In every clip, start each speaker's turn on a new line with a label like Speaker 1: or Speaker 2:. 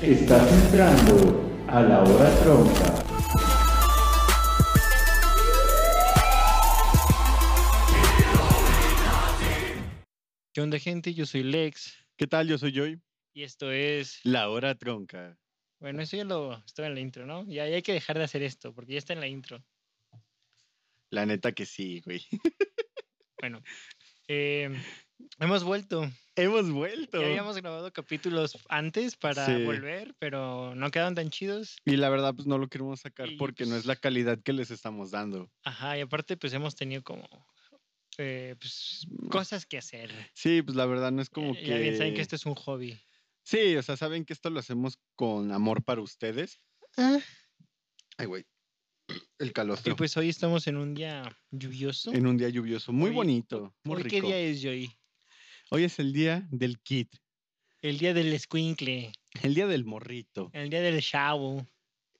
Speaker 1: Estás entrando a la hora tronca.
Speaker 2: ¿Qué onda, gente? Yo soy Lex
Speaker 3: ¿Qué tal? Yo soy Joy.
Speaker 2: y esto es.
Speaker 3: La hora tronca.
Speaker 2: Bueno, eso ya lo. Estaba en la intro, ¿no? Ya, ya hay que dejar de hacer esto porque ya está en la intro.
Speaker 3: La neta que sí, güey.
Speaker 2: Bueno, eh, hemos vuelto.
Speaker 3: Hemos vuelto.
Speaker 2: Ya habíamos grabado capítulos antes para
Speaker 3: Sí.
Speaker 2: volver, pero no quedaron tan chidos.
Speaker 3: Y la verdad, pues no lo queremos sacar
Speaker 2: Y,
Speaker 3: porque no
Speaker 2: pues-
Speaker 3: es la calidad que les estamos dando.
Speaker 2: Ajá, y aparte, pues hemos tenido como. eh, pues, cosas que hacer.
Speaker 3: Sí, pues la verdad no es como
Speaker 2: Ya-
Speaker 3: que...
Speaker 2: Eh, Ya bien saben que esto es un hobby.
Speaker 3: Sí, o sea, saben que esto lo hacemos con amor para ustedes. Ah. Ay, güey. El
Speaker 2: Y
Speaker 3: calostro.
Speaker 2: pues hoy estamos en un día lluvioso.
Speaker 3: en un día lluvioso. Muy
Speaker 2: Hoy-
Speaker 3: bonito. Muy
Speaker 2: ¿Hoy
Speaker 3: rico.
Speaker 2: qué día es, Joy?
Speaker 3: Hoy es el día del kit.
Speaker 2: El día del escuincle,
Speaker 3: El día del morrito.
Speaker 2: el día del chavo.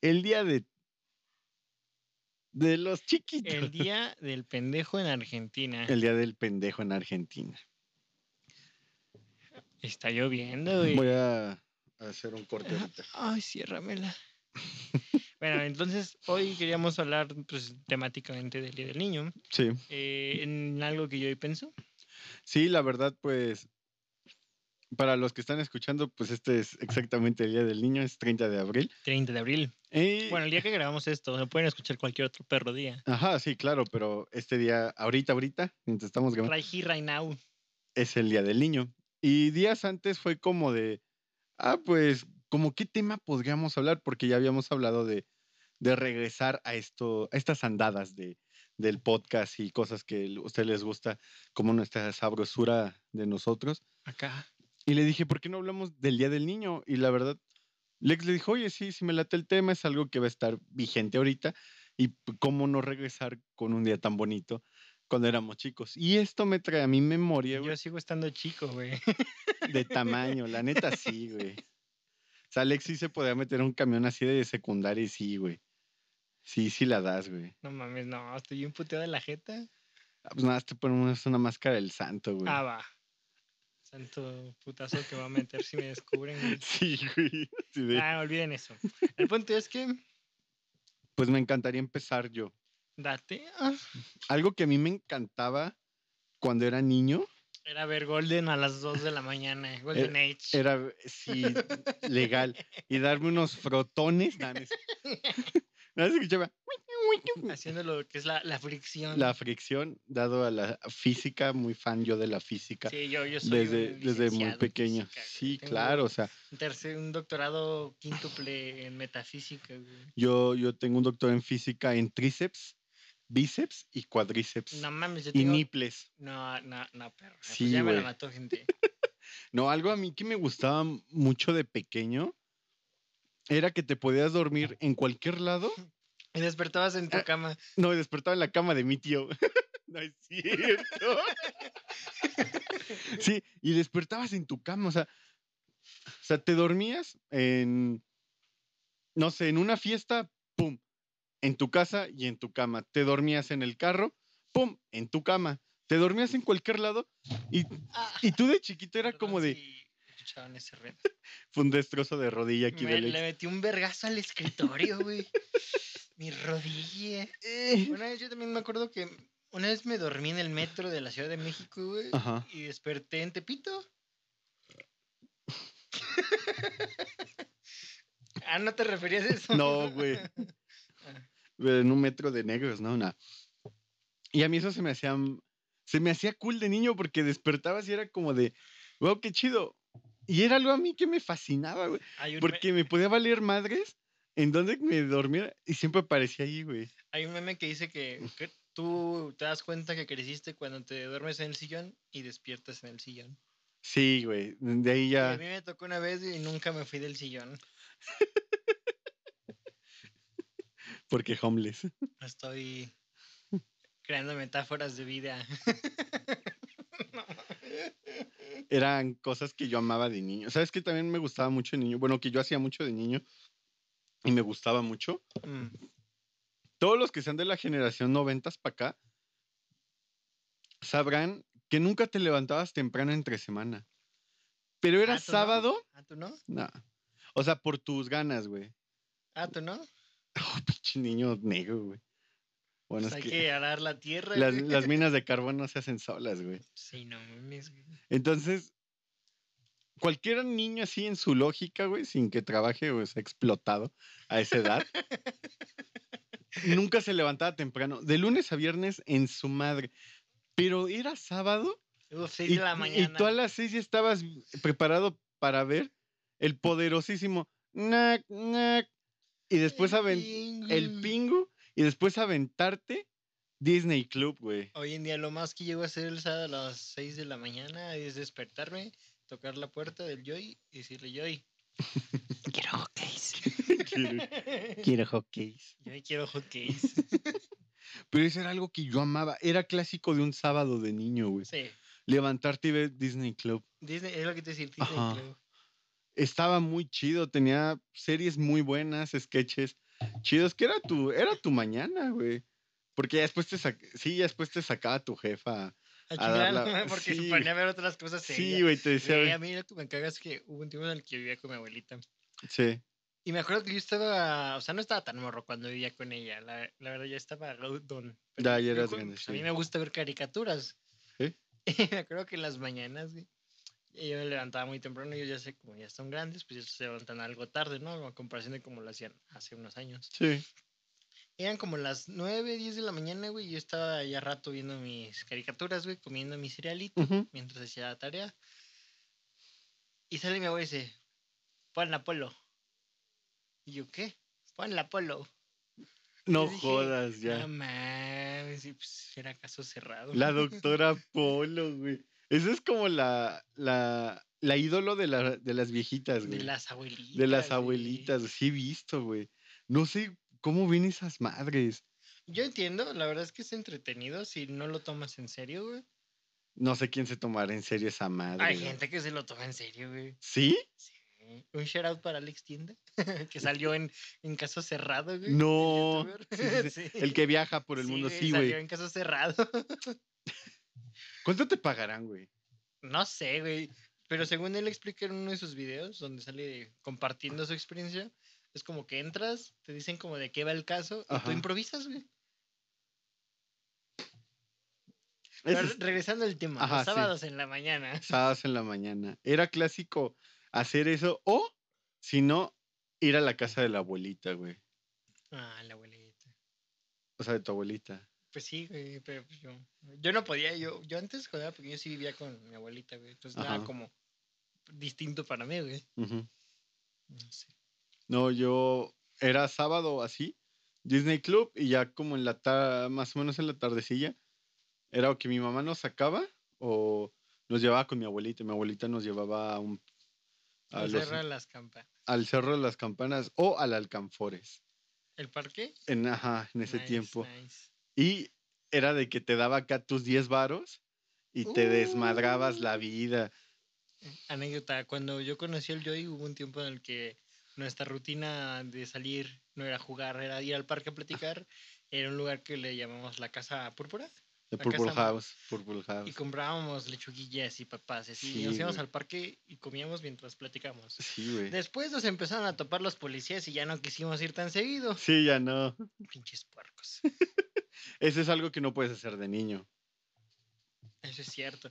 Speaker 3: El día de... De los chiquitos.
Speaker 2: El día del pendejo en Argentina.
Speaker 3: El día del pendejo en Argentina.
Speaker 2: Está lloviendo, güey.
Speaker 3: Voy a hacer un corte ahorita.
Speaker 2: Ay, ciérramela. bueno, entonces hoy queríamos hablar pues, temáticamente del Día del Niño.
Speaker 3: Sí.
Speaker 2: eh, en algo que yo hoy pienso.
Speaker 3: Sí, la verdad, pues, para los que están escuchando, pues este es exactamente el Día del Niño, es 30 de abril.
Speaker 2: 30 de abril.
Speaker 3: Y-
Speaker 2: Bueno, el día que grabamos esto, lo pueden escuchar cualquier otro perro día.
Speaker 3: Ajá, sí, claro, pero este día, ahorita, ahorita, mientras estamos grabando,
Speaker 2: Right here, right now.
Speaker 3: es el Día del Niño. Y días antes fue como de, ah, pues, como qué tema podríamos hablar, porque ya habíamos hablado de, de regresar a esto, a estas andadas de, del podcast y cosas que a ustedes les gusta, como nuestra sabrosura de nosotros.
Speaker 2: Acá.
Speaker 3: Y le dije, ¿por qué no hablamos del Día del Niño? Y la verdad, Lex le dijo, oye, sí, si me late el tema, es algo que va a estar vigente ahorita. Y p- cómo no regresar con un día tan bonito cuando éramos chicos. Y esto me trae a mi memoria, güey,
Speaker 2: Yo sigo estando chico, güey.
Speaker 3: de tamaño. La neta, sí, güey. O sea, Lex sí se podía meter un camión así de secundaria y sí, güey. Sí, sí la das, güey.
Speaker 2: No mames, no, estoy bien puteado de la jeta.
Speaker 3: Ah, Pues nada, más te ponemos una máscara del santo, güey.
Speaker 2: Ah, va. Santo putazo que va a meter si me descubren. güey.
Speaker 3: Sí, güey. así de-
Speaker 2: Ah, olviden eso. El punto es que
Speaker 3: Pues me encantaría empezar yo.
Speaker 2: Date. ah.
Speaker 3: algo que a mí me encantaba cuando era niño
Speaker 2: Era ver Golden a las 2 de la mañana. eh, Golden Age.
Speaker 3: Eh, era sí legal y darme unos frotones nada, no es- nada, se escuchaba
Speaker 2: Haciendo lo que es la, la fricción.
Speaker 3: la fricción dado a la física muy fan yo de la física
Speaker 2: Sí, yo, yo soy
Speaker 3: desde
Speaker 2: un
Speaker 3: desde muy
Speaker 2: licenciado en
Speaker 3: pequeño
Speaker 2: física, güey.
Speaker 3: sí
Speaker 2: Tengo
Speaker 3: claro o sea
Speaker 2: Un, tercer, un doctorado quíntuple en metafísica. güey.
Speaker 3: yo yo tengo un doctor en física en tríceps bíceps y cuádriceps
Speaker 2: No mames, yo
Speaker 3: y
Speaker 2: tengo...
Speaker 3: niples
Speaker 2: No, no, no, perro. pues
Speaker 3: Sí,
Speaker 2: ya me la
Speaker 3: güey.
Speaker 2: mató, gente.
Speaker 3: No, algo a mí que me gustaba mucho de pequeño era que te podías dormir en cualquier lado.
Speaker 2: Y despertabas en tu
Speaker 3: Ah.
Speaker 2: cama.
Speaker 3: No, despertaba en la cama de mi tío. no es cierto. sí, y despertabas en tu cama, o sea, o sea, te dormías en, no sé, en una fiesta, pum, en tu casa y en tu cama. Te dormías en el carro, pum, en tu cama. Te dormías en cualquier lado y,
Speaker 2: Ah,
Speaker 3: y tú de chiquito era
Speaker 2: perdón
Speaker 3: como de,
Speaker 2: si escuchaban ese ruido.
Speaker 3: fue un destrozo de rodilla aquí
Speaker 2: Me-
Speaker 3: del
Speaker 2: le metí un vergazo al escritorio, güey. Mi rodilla.
Speaker 3: Eh.
Speaker 2: Una vez yo también me acuerdo que una vez me dormí en el metro de la Ciudad de México, güey,
Speaker 3: Ajá.
Speaker 2: y desperté en Tepito. ah, ¿no te referías a eso?
Speaker 3: No, güey. En un metro de negros, no, no. Y a mí eso se me hacía, se me hacía cool de niño porque despertabas y era como de, wow, qué chido. Y era algo a mí que me fascinaba, güey.
Speaker 2: Hay un, me-
Speaker 3: Porque me podía valer madres en donde me dormía y siempre aparecía ahí, güey.
Speaker 2: hay un meme que dice que, que tú te das cuenta que creciste cuando te duermes en el sillón y despiertas en el sillón.
Speaker 3: Sí, güey. De ahí
Speaker 2: Y a
Speaker 3: ya.
Speaker 2: mí me tocó una vez y nunca me fui del sillón.
Speaker 3: Porque homeless.
Speaker 2: Estoy creando metáforas de vida.
Speaker 3: Eran cosas que yo amaba de niño. ¿Sabes que también me gustaba mucho de niño? Bueno, que yo hacía mucho de niño y me gustaba mucho.
Speaker 2: Mm.
Speaker 3: todos los que sean de la generación 90 para acá sabrán que nunca te levantabas temprano entre semana. Pero era
Speaker 2: Ah, ¿tú no?
Speaker 3: sábado,
Speaker 2: ¿Ah, tú no?
Speaker 3: no. O sea, por tus ganas, güey.
Speaker 2: Ah, ¿tú no?
Speaker 3: Oh, pinche niño negro, güey. Bueno,
Speaker 2: Pues
Speaker 3: es que,
Speaker 2: hay que... arar la tierra.
Speaker 3: las,
Speaker 2: güey.
Speaker 3: las minas de carbón no se hacen solas, güey.
Speaker 2: Sí, no mames, güey.
Speaker 3: Entonces, cualquier niño así en su lógica, güey, sin que trabaje o sea explotado a esa edad, nunca se levantaba temprano. De lunes a viernes en su madre. Pero era sábado
Speaker 2: Hubo seis
Speaker 3: y,
Speaker 2: de la
Speaker 3: y-
Speaker 2: mañana.
Speaker 3: y tú a las seis ya estabas preparado para ver el poderosísimo knack, knack, y después aven- el
Speaker 2: Pingu.
Speaker 3: pingo y después aventarte Disney Club, güey.
Speaker 2: Hoy en día lo más que llego a hacer el sábado a las 6 de la mañana es despertarme, tocar la puerta del Joy y decirle Joy. Quiero hotcakes.
Speaker 3: Quiero- Quiero hotcakes.
Speaker 2: Joy, quiero hotcakes.
Speaker 3: Pero eso era algo que yo amaba. Era clásico de un sábado de niño, güey.
Speaker 2: Sí.
Speaker 3: Levantarte y ver Disney Club.
Speaker 2: Disney, es lo que te decía Disney
Speaker 3: Ajá.
Speaker 2: Club.
Speaker 3: Estaba muy chido, tenía series muy buenas, sketches chidos, que era tu, era tu mañana, güey. Porque ya después te sac- sí, ya después te sacaba tu jefa.
Speaker 2: A
Speaker 3: A
Speaker 2: chingar,
Speaker 3: darla-
Speaker 2: ¿no? porque
Speaker 3: sí.
Speaker 2: se ponía a ver otras cosas
Speaker 3: Sí,
Speaker 2: serias.
Speaker 3: güey, te decía,
Speaker 2: Güey,
Speaker 3: güey,
Speaker 2: a mí lo que me cagas es que hubo un tiempo en el que vivía con mi abuelita.
Speaker 3: Sí.
Speaker 2: Y me acuerdo que yo estaba, o sea, no estaba tan morro cuando vivía con ella. La, la verdad, ya estaba don.
Speaker 3: Ya, ya
Speaker 2: yo
Speaker 3: eras
Speaker 2: cu-
Speaker 3: grande,
Speaker 2: pues, A mí
Speaker 3: sí.
Speaker 2: me gusta ver caricaturas.
Speaker 3: Sí.
Speaker 2: Y me acuerdo que en las mañanas, güey, y yo me levantaba muy temprano. Yo ya sé, como ya están grandes, pues ya se levantan algo tarde, ¿no? A comparación de como lo hacían hace unos años.
Speaker 3: Sí.
Speaker 2: Eran como las 9, 10 de la mañana, güey. y Yo estaba ya rato viendo mis caricaturas, güey, comiendo mi cerealito
Speaker 3: Ujú.
Speaker 2: mientras hacía la tarea. Y sale mi abuelo y dice, ponla polo. Y yo, ¿qué? Ponla polo.
Speaker 3: No
Speaker 2: Yo dije,
Speaker 3: jodas ya.
Speaker 2: No mames, y pues era caso cerrado.
Speaker 3: La doctora Polo, güey. Esa es como la, la, la ídolo de, la- de las viejitas, güey.
Speaker 2: De las abuelitas.
Speaker 3: De las
Speaker 2: güey.
Speaker 3: abuelitas, sí he visto, güey. No sé cómo ven esas madres.
Speaker 2: Yo entiendo, la verdad es que es entretenido si no lo tomas en serio, güey.
Speaker 3: No sé quién se tomará en serio esa madre.
Speaker 2: Hay
Speaker 3: güey.
Speaker 2: gente que se lo toma en serio, güey.
Speaker 3: ¿Sí?
Speaker 2: Sí. Un shout out para Alex Tienda, que salió en, en caso cerrado, güey. el
Speaker 3: No.
Speaker 2: youtuber.
Speaker 3: Sí, sí, sí.
Speaker 2: Sí.
Speaker 3: El que viaja por el
Speaker 2: Sí,
Speaker 3: mundo,
Speaker 2: güey,
Speaker 3: sí,
Speaker 2: Salió
Speaker 3: güey.
Speaker 2: en caso cerrado.
Speaker 3: ¿Cuánto te pagarán, güey?
Speaker 2: No sé, güey. Pero según él explica en uno de sus videos, donde sale compartiendo su experiencia, es como que entras, te dicen como de qué va el caso, y tú
Speaker 3: Ajá.
Speaker 2: improvisas, güey.
Speaker 3: Ese
Speaker 2: Pero
Speaker 3: es-
Speaker 2: regresando al tema,
Speaker 3: Ajá,
Speaker 2: los
Speaker 3: sí.
Speaker 2: sábados en la mañana.
Speaker 3: Sábados en la mañana. Era clásico hacer eso o, si no, ir a la casa de la abuelita, güey.
Speaker 2: Ah, la abuelita.
Speaker 3: O sea, de tu abuelita.
Speaker 2: Pues sí, güey, pero pues yo, yo no podía, yo, yo antes jodía porque yo sí vivía con mi abuelita, güey. Entonces era
Speaker 3: Ajá.
Speaker 2: como distinto para mí, güey.
Speaker 3: Ujú.
Speaker 2: No sé.
Speaker 3: No, yo era sábado así, Disney Club, y ya como en la tarde, más o menos en la tardecilla, era o que mi mamá nos sacaba o nos llevaba con mi abuelita. y Mi abuelita nos llevaba a un, a los-
Speaker 2: Cerra las campanas.
Speaker 3: al Cerro de las Campanas o al Alcanfores.
Speaker 2: ¿El parque?
Speaker 3: En, ajá, en ese
Speaker 2: Nice,
Speaker 3: tiempo.
Speaker 2: nice.
Speaker 3: Y era de que te daba acá tus 10 varos y te desmadrabas la
Speaker 2: Uh.
Speaker 3: vida.
Speaker 2: anécdota, cuando yo conocí al Joy hubo un tiempo en el que nuestra rutina de salir no era jugar, era ir al parque a platicar. Era un lugar que le llamamos la Casa Púrpura
Speaker 3: De
Speaker 2: La
Speaker 3: Purple
Speaker 2: casa ma-
Speaker 3: House, Purple
Speaker 2: y
Speaker 3: House.
Speaker 2: comprábamos lechuguillas y papás y así. y
Speaker 3: Sí,
Speaker 2: nos íbamos
Speaker 3: güey.
Speaker 2: al parque y comíamos mientras platicamos.
Speaker 3: Sí, güey.
Speaker 2: Después nos empezaron a topar los policías y ya no quisimos ir tan seguido.
Speaker 3: Sí, ya no.
Speaker 2: Pinches puercos.
Speaker 3: Eso es algo que no puedes hacer de niño.
Speaker 2: Eso es cierto.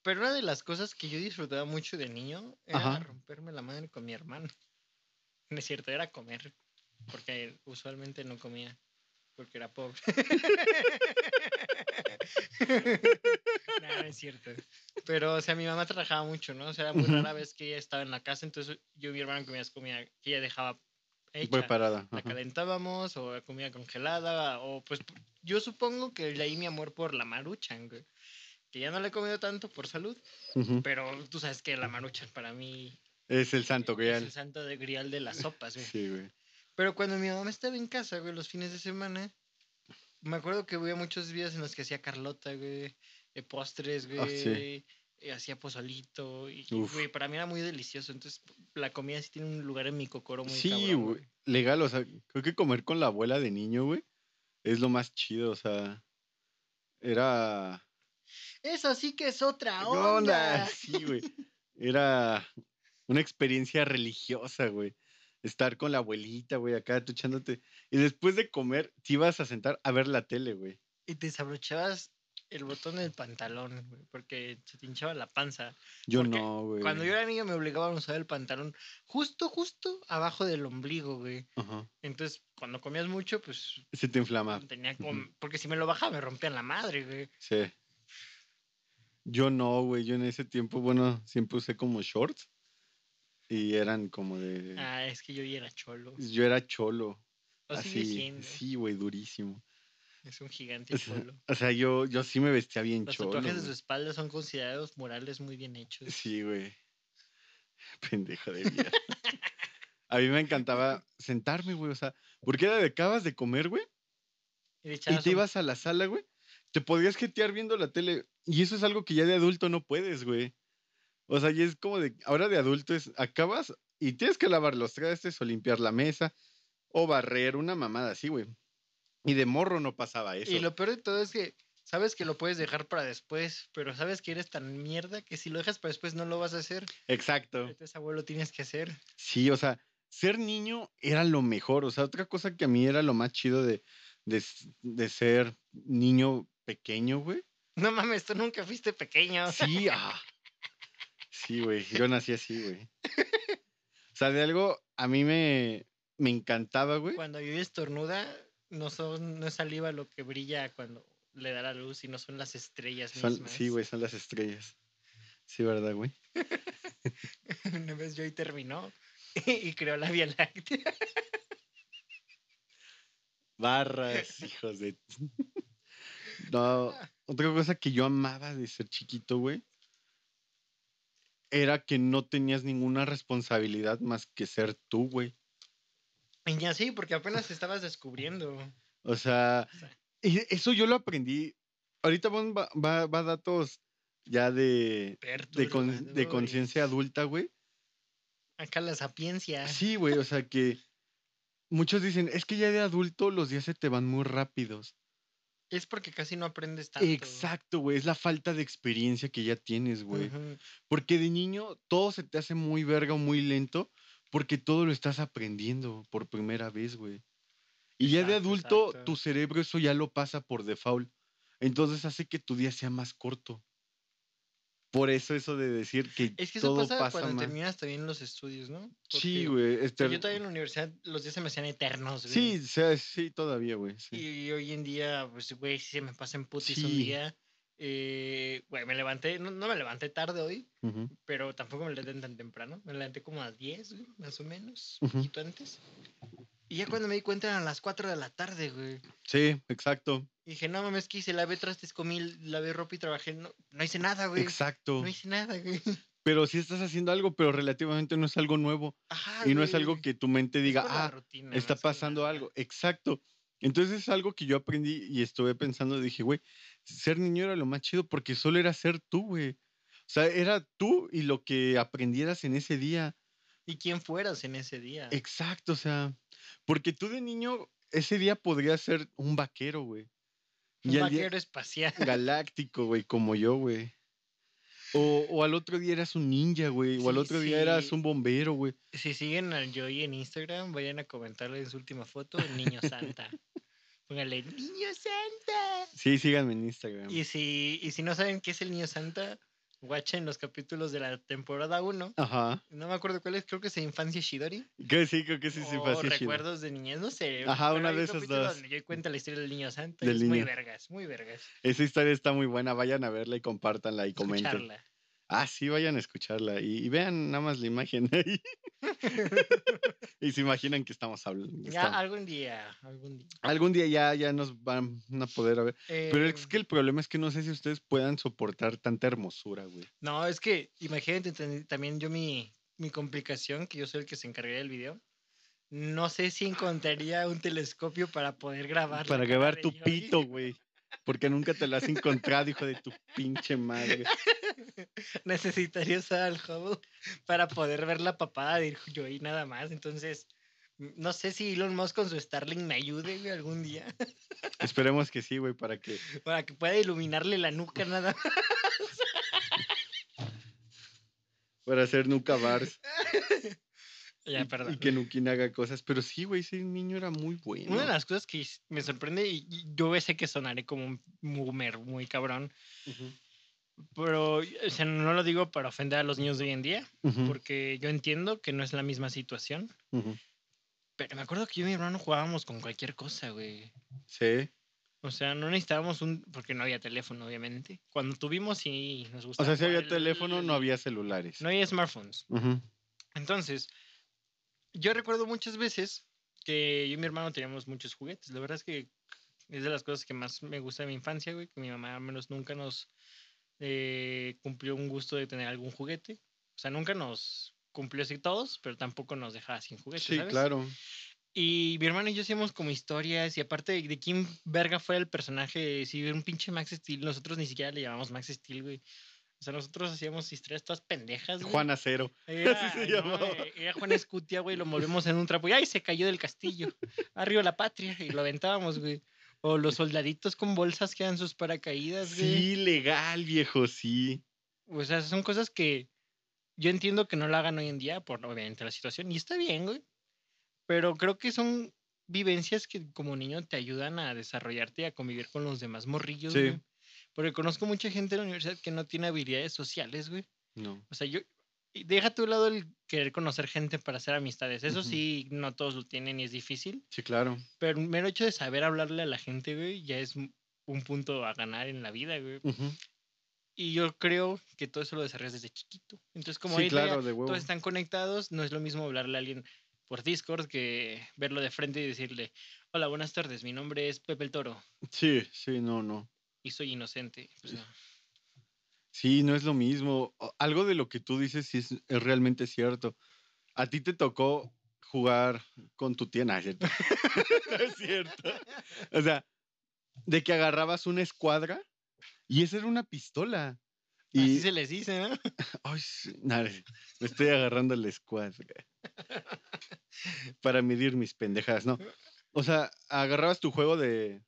Speaker 2: Pero una de las cosas que yo disfrutaba mucho de niño era
Speaker 3: Ajá.
Speaker 2: romperme la madre con mi hermano. No es cierto, era comer. Porque usualmente no comía. Porque era pobre. no, no es cierto. Pero, o sea, mi mamá trabajaba mucho, ¿no? O sea, era muy
Speaker 3: Ujú.
Speaker 2: rara vez que ella estaba en la casa. Entonces, yo y mi hermano comíamos comida que ella dejaba hecha.
Speaker 3: Preparada.
Speaker 2: La
Speaker 3: ajá.
Speaker 2: calentábamos o comida congelada o pues p- yo supongo que de ahí mi amor por la maruchan, güey. Que ya no la he comido tanto por salud,
Speaker 3: Ujú.
Speaker 2: pero tú sabes que la maruchan para mí
Speaker 3: Es el santo
Speaker 2: es
Speaker 3: grial.
Speaker 2: el santo de grial de las sopas, güey.
Speaker 3: Sí, güey.
Speaker 2: Pero cuando mi mamá estaba en casa, güey, los fines de semana, me acuerdo que había muchos días en los que hacía Carlota, güey, de postres, güey.
Speaker 3: Ah, sí.
Speaker 2: eh, Hacía pozolito y,
Speaker 3: Uf.
Speaker 2: güey, para mí era muy delicioso. Entonces, la comida sí tiene un lugar en mi cocoro muy
Speaker 3: Sí,
Speaker 2: cabrón,
Speaker 3: güey. Legal, o sea, creo que comer con la abuela de niño, güey, es lo más chido, o sea. Era.
Speaker 2: Esa sí que es otra
Speaker 3: ¿Qué onda?
Speaker 2: onda.
Speaker 3: Sí, güey. Era una experiencia religiosa, güey. Estar con la abuelita, güey, acá tú echándote. Y después de comer, te ibas a sentar a ver la tele, güey.
Speaker 2: Y te desabrochabas el botón del pantalón, güey, porque se te hinchaba la panza.
Speaker 3: Yo
Speaker 2: Porque
Speaker 3: no, güey.
Speaker 2: Cuando yo era niño me obligaban a usar el pantalón justo, justo abajo del ombligo, güey.
Speaker 3: Ajá.
Speaker 2: Entonces, cuando comías mucho, pues
Speaker 3: Se te inflama.
Speaker 2: tenía como... Porque si me lo bajaba me rompían la madre, güey.
Speaker 3: Sí. Yo no, güey. Yo en ese tiempo, bueno, siempre usé como shorts. Y eran como de.
Speaker 2: Ah, es que yo ya era cholo.
Speaker 3: Yo era cholo.
Speaker 2: Lo sigue
Speaker 3: así.
Speaker 2: siendo.
Speaker 3: Ah, Sí, güey, durísimo.
Speaker 2: Es un gigante cholo.
Speaker 3: O sea, yo, yo sí me vestía bien
Speaker 2: Los
Speaker 3: cholo.
Speaker 2: tatuajes de su
Speaker 3: güey.
Speaker 2: espalda son considerados morales muy bien hechos.
Speaker 3: Sí, güey. Pendejo de vida. A mí me encantaba sentarme, güey. O sea, porque era de acabas de comer, güey.
Speaker 2: Y, le
Speaker 3: Y
Speaker 2: echabas
Speaker 3: te
Speaker 2: un-
Speaker 3: ibas a la sala, güey. Te podías jetear viendo la tele. Y eso es algo que ya de adulto no puedes, güey. O sea, y es como de. Ahora de adulto es. Acabas y tienes que lavar los trastes o limpiar la mesa o barrer una mamada así, güey. Y de morro no pasaba eso.
Speaker 2: y lo peor de todo es que sabes que lo puedes dejar para después, pero sabes que eres tan mierda que si lo dejas para después no lo vas a hacer.
Speaker 3: Exacto.
Speaker 2: Entonces, abuelo, Este tienes que hacer.
Speaker 3: Sí, o sea, ser niño era lo mejor. O sea, otra cosa que a mí era lo más chido de, de, s- de ser niño pequeño, güey.
Speaker 2: No mames, tú nunca fuiste pequeño.
Speaker 3: Sí, ah. Sí, güey. Yo nací así, güey. O sea, de algo a mí me, me encantaba, güey.
Speaker 2: Cuando yo estornuda, no, son, no es saliva lo que brilla cuando le da la luz, sino son las estrellas
Speaker 3: Son-
Speaker 2: mismas.
Speaker 3: sí, güey, son las estrellas. Sí, ¿verdad, güey?
Speaker 2: Una vez yo ahí terminó y creó la Vía Láctea.
Speaker 3: Barras, hijos de. No, otra cosa que yo amaba de ser chiquito, güey, era que no tenías ninguna responsabilidad más que ser tú, güey.
Speaker 2: Y ya sí, porque apenas te estabas descubriendo.
Speaker 3: O sea,
Speaker 2: O sea.
Speaker 3: y eso yo lo aprendí. Ahorita van- va, va, va datos ya de, de, con- de
Speaker 2: Perturbadores.
Speaker 3: conciencia adulta, güey.
Speaker 2: Acá la sapiencia.
Speaker 3: Sí, güey, o sea que muchos dicen, es que ya de adulto los días se te van muy rápidos.
Speaker 2: Es porque casi no aprendes tanto.
Speaker 3: Exacto, güey, es la falta de experiencia que ya tienes, güey.
Speaker 2: Ujú.
Speaker 3: Porque de niño todo se te hace muy verga o muy lento porque todo lo estás aprendiendo por primera vez, güey. Y ya de
Speaker 2: Exacto,
Speaker 3: adulto
Speaker 2: exacto.
Speaker 3: tu cerebro eso ya lo pasa por default. Entonces hace que tu día sea más corto. Por eso eso de decir que,
Speaker 2: Es que eso
Speaker 3: todo
Speaker 2: pasa,
Speaker 3: pasa,
Speaker 2: cuando
Speaker 3: más.
Speaker 2: terminas también los estudios, ¿no?
Speaker 3: Sí,
Speaker 2: Porque,
Speaker 3: güey.
Speaker 2: o sea,
Speaker 3: este-
Speaker 2: Yo todavía en la universidad los días se me hacían eternos, güey.
Speaker 3: Sí, o sea, sí, todavía, güey. sí.
Speaker 2: Y hoy en día, pues, güey, si se me pasa en putis un
Speaker 3: Sí.
Speaker 2: día. Eh, güey, me levanté, no, no me levanté tarde hoy,
Speaker 3: Ujú.
Speaker 2: pero tampoco me levanté tan temprano. Me levanté como a las 10, güey, más o menos, un
Speaker 3: Ujú.
Speaker 2: poquito antes. Y ya cuando me di cuenta eran las 4 de la tarde, güey.
Speaker 3: Sí, exacto.
Speaker 2: Y dije, no mames, que hice? Lavé trastes, comí, lavé ropa y trabajé. No, no hice nada, güey.
Speaker 3: Exacto.
Speaker 2: No hice nada, güey.
Speaker 3: Pero sí estás haciendo algo, pero relativamente no es algo nuevo.
Speaker 2: Ajá,
Speaker 3: Y no es algo
Speaker 2: güey.
Speaker 3: que tu mente diga,
Speaker 2: por la
Speaker 3: ah,
Speaker 2: rutina,
Speaker 3: está
Speaker 2: más que
Speaker 3: pasando
Speaker 2: nada.
Speaker 3: algo. Exacto. Entonces es algo que yo aprendí y estuve pensando, dije, güey, ser niño era lo más chido porque solo era ser tú, güey. O sea, era tú y lo que aprendieras en ese día.
Speaker 2: Y quién fueras en ese día.
Speaker 3: Eh, Exacto, o sea, porque tú de niño ese día podrías ser un vaquero, güey.
Speaker 2: Un
Speaker 3: y al día-
Speaker 2: vaquero espacial.
Speaker 3: Galáctico, güey, como yo, güey. O, o al otro día eras un ninja, güey. O al
Speaker 2: Sí,
Speaker 3: otro día eras
Speaker 2: sí.
Speaker 3: un bombero, güey.
Speaker 2: Si siguen al Joy en Instagram, vayan a comentarle en su última foto, Niño Santa. Póngale, Niño Santa.
Speaker 3: Sí, síganme en Instagram.
Speaker 2: Y si, y si no saben qué es el Niño Santa, watchen los capítulos de la temporada 1.
Speaker 3: Ajá.
Speaker 2: No me acuerdo cuál es, creo que es Infancia Shidori.
Speaker 3: Que sí, creo que sí, sí,
Speaker 2: o
Speaker 3: fue así chido.
Speaker 2: recuerdos de niñez, no sé.
Speaker 3: Ajá,
Speaker 2: pero
Speaker 3: una
Speaker 2: hay
Speaker 3: de
Speaker 2: un
Speaker 3: esas
Speaker 2: capítulo
Speaker 3: dos.
Speaker 2: Donde yo cuento la historia del Niño Santa. y
Speaker 3: Del
Speaker 2: es muy
Speaker 3: niño.
Speaker 2: vergas, muy vergas.
Speaker 3: Esa historia está muy buena. Vayan a verla y compártanla y comenten.
Speaker 2: Escucharla.
Speaker 3: Ah, sí, vayan a escucharla y, y vean nada más la imagen ahí. y se imaginan que estamos hablando. que
Speaker 2: Ya
Speaker 3: estamos-
Speaker 2: algún día, algún día.
Speaker 3: Algún día ya, ya nos van a poder a ver. Pero es
Speaker 2: Em,
Speaker 3: que el problema es que no sé si ustedes puedan soportar tanta hermosura, güey.
Speaker 2: No, es que imagínate ten- también yo mi, mi complicación, que yo soy el que se encargaría del video. No sé si encontraría un telescopio para poder grabar. la
Speaker 3: Para
Speaker 2: cara
Speaker 3: grabar
Speaker 2: de
Speaker 3: tu
Speaker 2: Yogi.
Speaker 3: pito, güey. Porque nunca te lo has encontrado, hijo de tu pinche madre.
Speaker 2: Necesitaría usar al Hubble para poder ver la papada de yo y nada más. Entonces, m- no sé si Elon Musk con su Starlink me ayude güey, algún día
Speaker 3: Esperemos que sí, güey, para que.
Speaker 2: para que pueda iluminarle la nuca nada más.
Speaker 3: para hacer nuca bars
Speaker 2: Ya,
Speaker 3: y,
Speaker 2: perdón.
Speaker 3: y que Nukin haga cosas. Pero sí, güey, ese niño era muy bueno.
Speaker 2: Una de las cosas que me sorprende, y y yo sé que sonaré como un boomer muy cabrón,
Speaker 3: Ujú.
Speaker 2: pero o sea, no lo digo para ofender a los niños de hoy en día,
Speaker 3: Ujú,
Speaker 2: porque yo entiendo que no es la misma situación.
Speaker 3: ujú.
Speaker 2: Pero me acuerdo que yo y mi hermano jugábamos con cualquier cosa, güey.
Speaker 3: Sí.
Speaker 2: O sea, no necesitábamos un. Porque no había teléfono, obviamente. Cuando tuvimos, sí nos
Speaker 3: O
Speaker 2: gustaba.
Speaker 3: sea, si había
Speaker 2: jugar el-
Speaker 3: teléfono, no había celulares.
Speaker 2: No había smartphones.
Speaker 3: Ujú.
Speaker 2: Entonces, yo recuerdo muchas veces que yo y mi hermano teníamos muchos juguetes. La verdad es que es de las cosas que más me gusta de mi infancia, güey. Que mi mamá al menos nunca nos eh, cumplió un gusto de tener algún juguete. O sea, nunca nos cumplió así todos, pero tampoco nos dejaba sin juguetes.
Speaker 3: Sí,
Speaker 2: ¿sabes?
Speaker 3: claro.
Speaker 2: Y mi hermano y yo hacíamos como historias, y aparte de, de quién verga fue el personaje, si era un pinche Max Steel, nosotros ni siquiera le llamamos Max Steel, güey. O sea, nosotros hacíamos historias todas pendejas, güey.
Speaker 3: Juan Acero.
Speaker 2: Era,
Speaker 3: así se
Speaker 2: no,
Speaker 3: llamaba.
Speaker 2: eh, era Juan Escutia, güey, lo movemos en un trapo y ¡ay! Se cayó del castillo. Arriba la patria, y lo aventábamos, güey. O los soldaditos con bolsas que dan sus paracaídas, güey.
Speaker 3: Sí, legal, viejo, sí.
Speaker 2: O sea, son cosas que yo entiendo que no la hagan hoy en día por obviamente la situación. Y está bien, güey. Pero creo que son vivencias que como niño te ayudan a desarrollarte y a convivir con los demás morrillos,
Speaker 3: Sí.
Speaker 2: güey. Porque conozco mucha gente en la universidad que no tiene habilidades sociales, güey.
Speaker 3: No.
Speaker 2: O sea, yo... y Deja a tu lado el querer conocer gente para hacer amistades. Eso
Speaker 3: Ujú.
Speaker 2: sí, no todos lo tienen y es difícil.
Speaker 3: Sí, claro.
Speaker 2: Pero el mero hecho de saber hablarle a la gente, güey, ya es un punto a ganar en la vida, güey.
Speaker 3: Ujú.
Speaker 2: Y yo creo que todo eso lo desarrollas desde chiquito. Entonces, como
Speaker 3: Sí,
Speaker 2: ahorita ya
Speaker 3: claro, de huevo.
Speaker 2: todos están conectados, no es lo mismo hablarle a alguien por Discord que verlo de frente y decirle, hola, buenas tardes, mi nombre es Pepe el Toro
Speaker 3: Sí, sí, no, no.
Speaker 2: y soy inocente. Pues no.
Speaker 3: Sí, no es lo mismo. O- Algo de lo que tú dices sí es, es realmente cierto. A ti te tocó jugar con tu tía, no, es cierto. No es cierto. O sea, de que agarrabas una escuadra y esa era una pistola.
Speaker 2: Así
Speaker 3: Y,
Speaker 2: se les dice, ¿no?
Speaker 3: Ay, sí, no, es- me estoy agarrando la escuadra para medir mis pendejadas, ¿no? O sea, agarrabas tu juego de,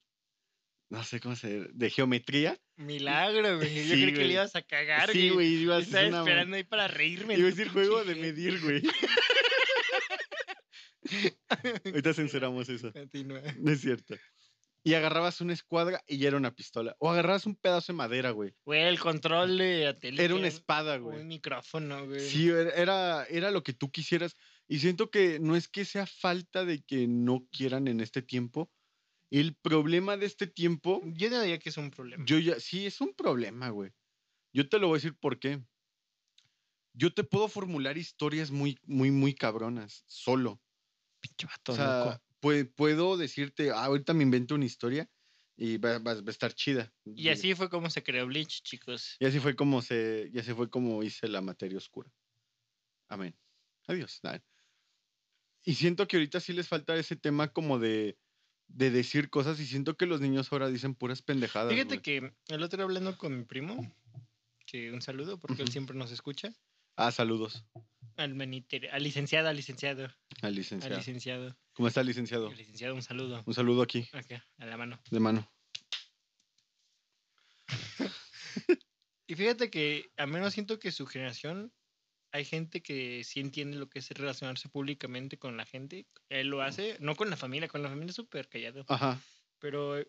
Speaker 3: no sé cómo se, de geometría.
Speaker 2: Milagro, güey. Yo
Speaker 3: Sí,
Speaker 2: creí que
Speaker 3: güey.
Speaker 2: le ibas a cagar,
Speaker 3: sí,
Speaker 2: güey.
Speaker 3: güey, ibas
Speaker 2: Estaba
Speaker 3: es una-
Speaker 2: esperando ahí para reírme.
Speaker 3: Iba a
Speaker 2: tú,
Speaker 3: decir juego de
Speaker 2: pinche gente.
Speaker 3: medir, güey. Ahorita censuramos eso.
Speaker 2: Continúa.
Speaker 3: No es cierto. Y agarrabas una escuadra y ya era una pistola. O agarrabas un pedazo de madera, güey.
Speaker 2: Güey, el control de Atelier.
Speaker 3: Era una espada, güey.
Speaker 2: Un micrófono, güey.
Speaker 3: Sí, era- era, era lo que tú quisieras. Y siento que no es que sea falta de que no quieran en este tiempo. El problema de este tiempo,
Speaker 2: Yo no diría que es un problema.
Speaker 3: yo ya, sí, es un problema, güey. Yo te lo voy a decir por qué. Yo te puedo formular historias muy, muy, muy cabronas, solo.
Speaker 2: pinche vato,
Speaker 3: O sea,
Speaker 2: loco.
Speaker 3: pue- puedo decirte, "Ah, ahorita me invento una historia y va, va- va a estar chida.
Speaker 2: Y así fue como se creó Bleach, chicos.
Speaker 3: Y así fue como se, y así fue como hice la materia oscura. Amén. Adiós. Nah. Y siento que ahorita sí les falta ese tema como de, de decir cosas y siento que los niños ahora dicen puras pendejadas.
Speaker 2: Fíjate
Speaker 3: güey.
Speaker 2: que el otro día hablando con mi primo, que un saludo porque él
Speaker 3: Ujú.
Speaker 2: siempre nos escucha,
Speaker 3: Ah, saludos
Speaker 2: al, meniter, al licenciado, al licenciado,
Speaker 3: al
Speaker 2: al
Speaker 3: licenciado.
Speaker 2: licenciado,
Speaker 3: ¿Cómo está, licenciado?
Speaker 2: al licenciado, un saludo.
Speaker 3: Un saludo aquí,
Speaker 2: Acá, a la mano.
Speaker 3: de mano.
Speaker 2: Y fíjate que al menos siento que su generación, hay gente que sí entiende lo que es relacionarse públicamente con la gente. Él lo hace, no con la familia, con la familia es súper callado.
Speaker 3: Ajá.
Speaker 2: pero eh,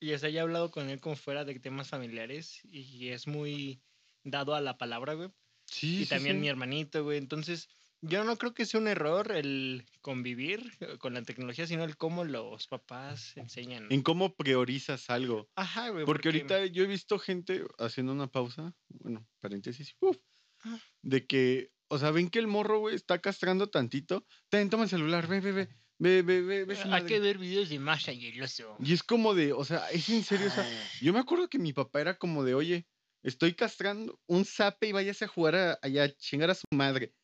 Speaker 2: y hasta ya he hablado con él como fuera de temas familiares y es muy dado a la palabra, güey.
Speaker 3: Sí.
Speaker 2: Y
Speaker 3: sí,
Speaker 2: también
Speaker 3: sí.
Speaker 2: mi hermanito, güey. Entonces, yo no creo que sea un error el convivir eh, con la tecnología, sino el cómo los papás enseñan.
Speaker 3: En cómo priorizas algo.
Speaker 2: Ajá, güey.
Speaker 3: Porque ahorita yo he visto gente haciendo una pausa, bueno, paréntesis, uf,
Speaker 2: Ah.
Speaker 3: de que, o sea, ven que el morro, güey, está castrando tantito. Ten, toma el celular, ve, ve, ve, ve, ve, ve, ve esa
Speaker 2: Hay que
Speaker 3: madre".
Speaker 2: ver videos de Masha y el oso.
Speaker 3: Y es como de, o sea, es en serio, o sea,
Speaker 2: Ah,
Speaker 3: yo me acuerdo que mi papá era como de, oye, estoy castrando un zape y váyase a jugar a- allá, a chingar a su madre.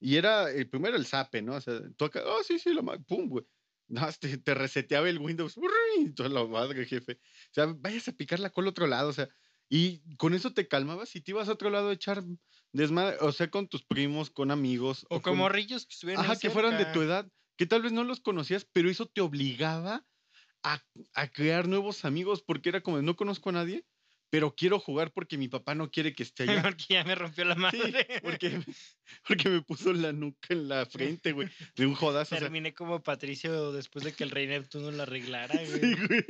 Speaker 3: Y era el primero el zape, ¿no? O sea, tú acá, oh, sí, sí, la madre, pum, güey. No, te, te reseteaba el Windows, ¡brrr! y toda la madre, jefe. O sea, váyase a picar la cola a otro lado, o sea. Y con eso te calmabas y te ibas a otro lado a echar desmadre, o sea, con tus primos, con amigos.
Speaker 2: o
Speaker 3: con-
Speaker 2: como morrillos que estuvieran
Speaker 3: Ajá,
Speaker 2: ahí
Speaker 3: que fueran de
Speaker 2: cerca.
Speaker 3: tu edad, que tal vez no los conocías, pero eso te obligaba a, a crear nuevos amigos, porque era como, no conozco a nadie, pero quiero jugar porque mi papá no quiere que esté allá.
Speaker 2: Porque ya me rompió la madre.
Speaker 3: Sí, porque, porque me puso la nuca en la frente, güey. De un jodazo. o sea,
Speaker 2: Terminé como Patricio después de que el rey Neptuno lo arreglara, güey.
Speaker 3: Sí, güey.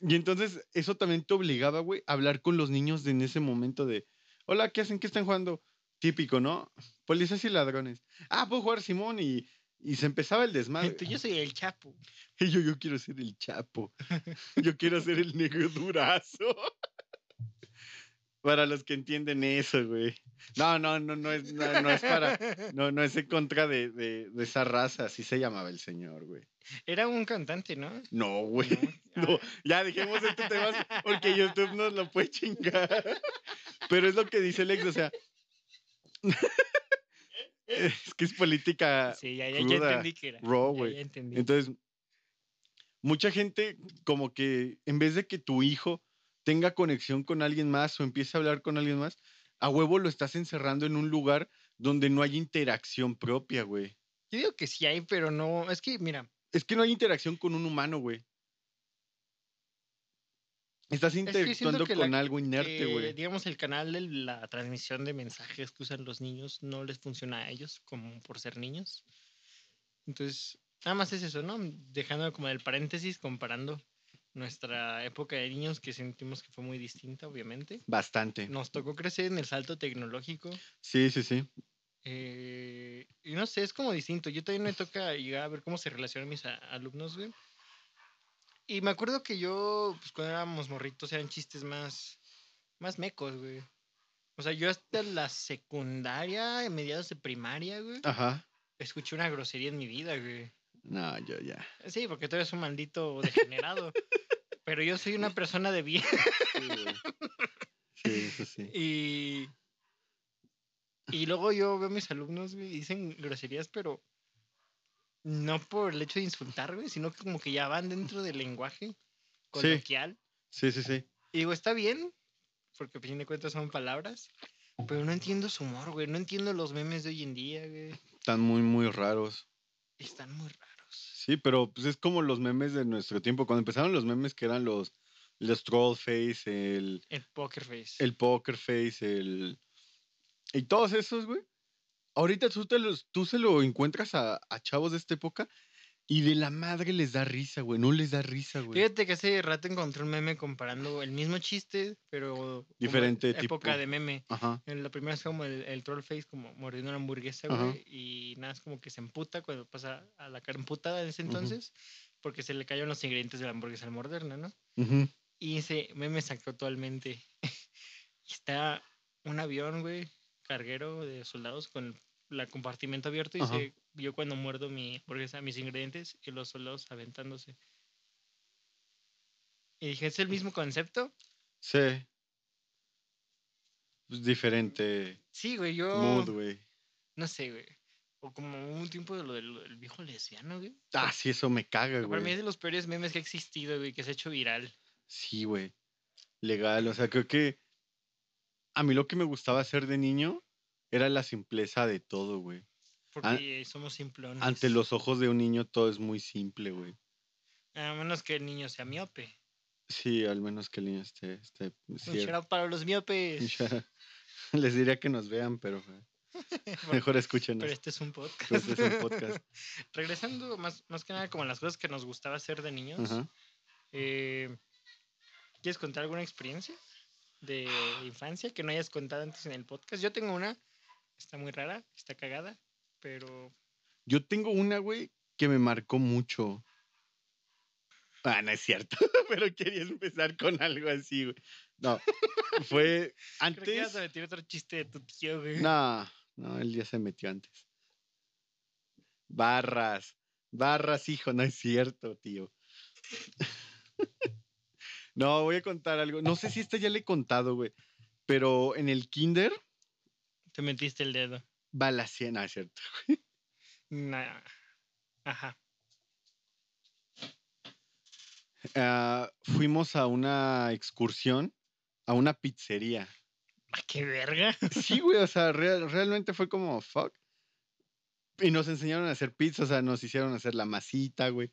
Speaker 3: Y entonces eso también te obligaba, güey, a hablar con los niños de en ese momento de, hola, ¿qué hacen? ¿Qué están jugando? Típico, ¿no? Policías y ladrones. Ah, puedo jugar Simón y, y se empezaba el desmadre.
Speaker 2: Entonces, yo soy el Chapo.
Speaker 3: Y yo, yo quiero ser el Chapo. Yo quiero ser el negro durazo. Para los que entienden eso, güey. No, no, no, no es, no, no es para, no, no es en contra de, de, de esa raza, así se llamaba el señor, güey.
Speaker 2: Era un cantante, ¿no?
Speaker 3: No, güey. No,
Speaker 2: No.
Speaker 3: ya dejemos estos temas porque YouTube nos lo puede chingar. Pero es lo que dice Lex, o sea. es que es política
Speaker 2: Ah, Sí, ya, ya, ya
Speaker 3: cruda,
Speaker 2: entendí que era.
Speaker 3: raw,
Speaker 2: Ya, ya
Speaker 3: güey.
Speaker 2: entendí.
Speaker 3: Entonces, mucha gente, como que en vez de que tu hijo tenga conexión con alguien más o empiece a hablar con alguien más, a huevo lo estás encerrando en un lugar donde no hay interacción propia, güey.
Speaker 2: Yo digo que sí hay, pero no. Es que, mira,
Speaker 3: Es que no hay interacción con un humano, güey. Estás
Speaker 2: siento
Speaker 3: interactuando
Speaker 2: que la-
Speaker 3: con algo inerte,
Speaker 2: que,
Speaker 3: güey.
Speaker 2: Eh, digamos, el canal de la transmisión de mensajes que usan los niños no les funciona a ellos, como por ser niños. Entonces, nada más es eso, ¿no? Dejando como el paréntesis, comparando nuestra época de niños, que sentimos que fue muy distinta, obviamente.
Speaker 3: Bastante.
Speaker 2: Nos tocó crecer en el salto tecnológico.
Speaker 3: Sí, sí, sí.
Speaker 2: Eh, y no sé, es como distinto. Yo también me toca llegar a ver cómo se relacionan mis a- alumnos, güey. Y me acuerdo que yo, pues cuando éramos morritos, eran chistes más, más mecos, güey. O sea, yo hasta la secundaria, en mediados de primaria, güey,
Speaker 3: Ajá.
Speaker 2: escuché una grosería en mi vida, güey.
Speaker 3: No, yo ya.
Speaker 2: Sí, porque tú eres un maldito degenerado. pero yo soy una persona de bien.
Speaker 3: Sí, güey. sí, eso sí.
Speaker 2: Y, y luego yo veo a mis alumnos, güey, y dicen groserías, pero no por el hecho de insultar, güey, sino que como que ya van dentro del lenguaje coloquial.
Speaker 3: Sí, sí, sí.
Speaker 2: Y digo, está bien, porque a fin de cuentas son palabras, pero no entiendo su humor, güey, no entiendo los memes de hoy en día, güey.
Speaker 3: Están muy, muy raros.
Speaker 2: Están muy raros.
Speaker 3: Sí, pero pues es como los memes de nuestro tiempo. Cuando empezaron los memes que eran los, los troll face, el,
Speaker 2: El poker face.
Speaker 3: el poker face, el... Y todos esos, güey. Ahorita tú, te los, tú se lo encuentras a, a chavos de esta época y de la madre les da risa, güey. No les da risa, güey.
Speaker 2: Fíjate que hace rato encontré un meme comparando el mismo chiste, pero como
Speaker 3: Diferente
Speaker 2: época
Speaker 3: tipo.
Speaker 2: de meme.
Speaker 3: Ajá.
Speaker 2: En la primera es como el, el troll face, como mordiendo una hamburguesa,
Speaker 3: Ajá.
Speaker 2: güey. Y nada, es como que se emputa cuando pasa a la cara emputada en ese
Speaker 3: Ujú.
Speaker 2: entonces, porque se le cayeron los ingredientes de la hamburguesa al morderla, ¿no?
Speaker 3: ujú.
Speaker 2: Y ese meme sacó actualmente. y está un avión, güey, carguero de soldados con la compartimento abierto y
Speaker 3: Ajá.
Speaker 2: se vio cuando muerdo mi hamburguesa, mis ingredientes y los soldados aventándose. Y dije, ¿es el mismo concepto?
Speaker 3: Sí. Pues diferente
Speaker 2: Sí, güey, yo...
Speaker 3: mood, güey.
Speaker 2: No sé, güey. O como hubo un tiempo de lo del del viejo lesbiano, güey.
Speaker 3: Ah, sí, eso me caga,
Speaker 2: Pero para mí es
Speaker 3: güey.
Speaker 2: de los peores memes que ha existido, güey, que se ha hecho viral.
Speaker 3: Sí, güey. Legal, o sea, creo que a mí lo que me gustaba hacer de niño era la simpleza de todo, güey.
Speaker 2: Porque somos simplones.
Speaker 3: Ah, Ante los ojos de un niño todo es muy simple, güey.
Speaker 2: A menos que el niño sea miope. sí
Speaker 3: Sí, al menos que el niño esté... esté
Speaker 2: Un
Speaker 3: ciego.
Speaker 2: shout out para los miopes.
Speaker 3: Les diría que nos vean, pero güey,
Speaker 2: Bueno,
Speaker 3: mejor escúchenos.
Speaker 2: Pero este es un podcast.
Speaker 3: pues, es un podcast.
Speaker 2: Regresando más, más que nada como a las cosas que nos gustaba hacer de niños.
Speaker 3: Ajá.
Speaker 2: eh, ¿Quieres contar alguna experiencia de infancia que no hayas contado antes en el podcast? Yo tengo una. Está muy rara, está cagada, pero
Speaker 3: Yo tengo una, güey, que me marcó mucho. Ah, no es cierto, pero querías empezar con algo así, güey. No, fue
Speaker 2: Creo que ibas
Speaker 3: antes.
Speaker 2: a meter otro chiste de tu tío, güey.
Speaker 3: No, no, él ya se metió antes. Barras, barras, hijo, no es cierto, tío. No, voy a contar algo. No sé si esta ya le he contado, güey, pero en el kinder,
Speaker 2: Te metiste el dedo.
Speaker 3: balacena, no, es cierto.
Speaker 2: Nah. Ajá.
Speaker 3: Ah, fuimos a una excursión a una pizzería.
Speaker 2: Ah, ¡Qué verga!
Speaker 3: Sí, güey, o sea, real- realmente fue como fuck. Y nos enseñaron a hacer pizza, o sea, nos hicieron hacer la masita, güey.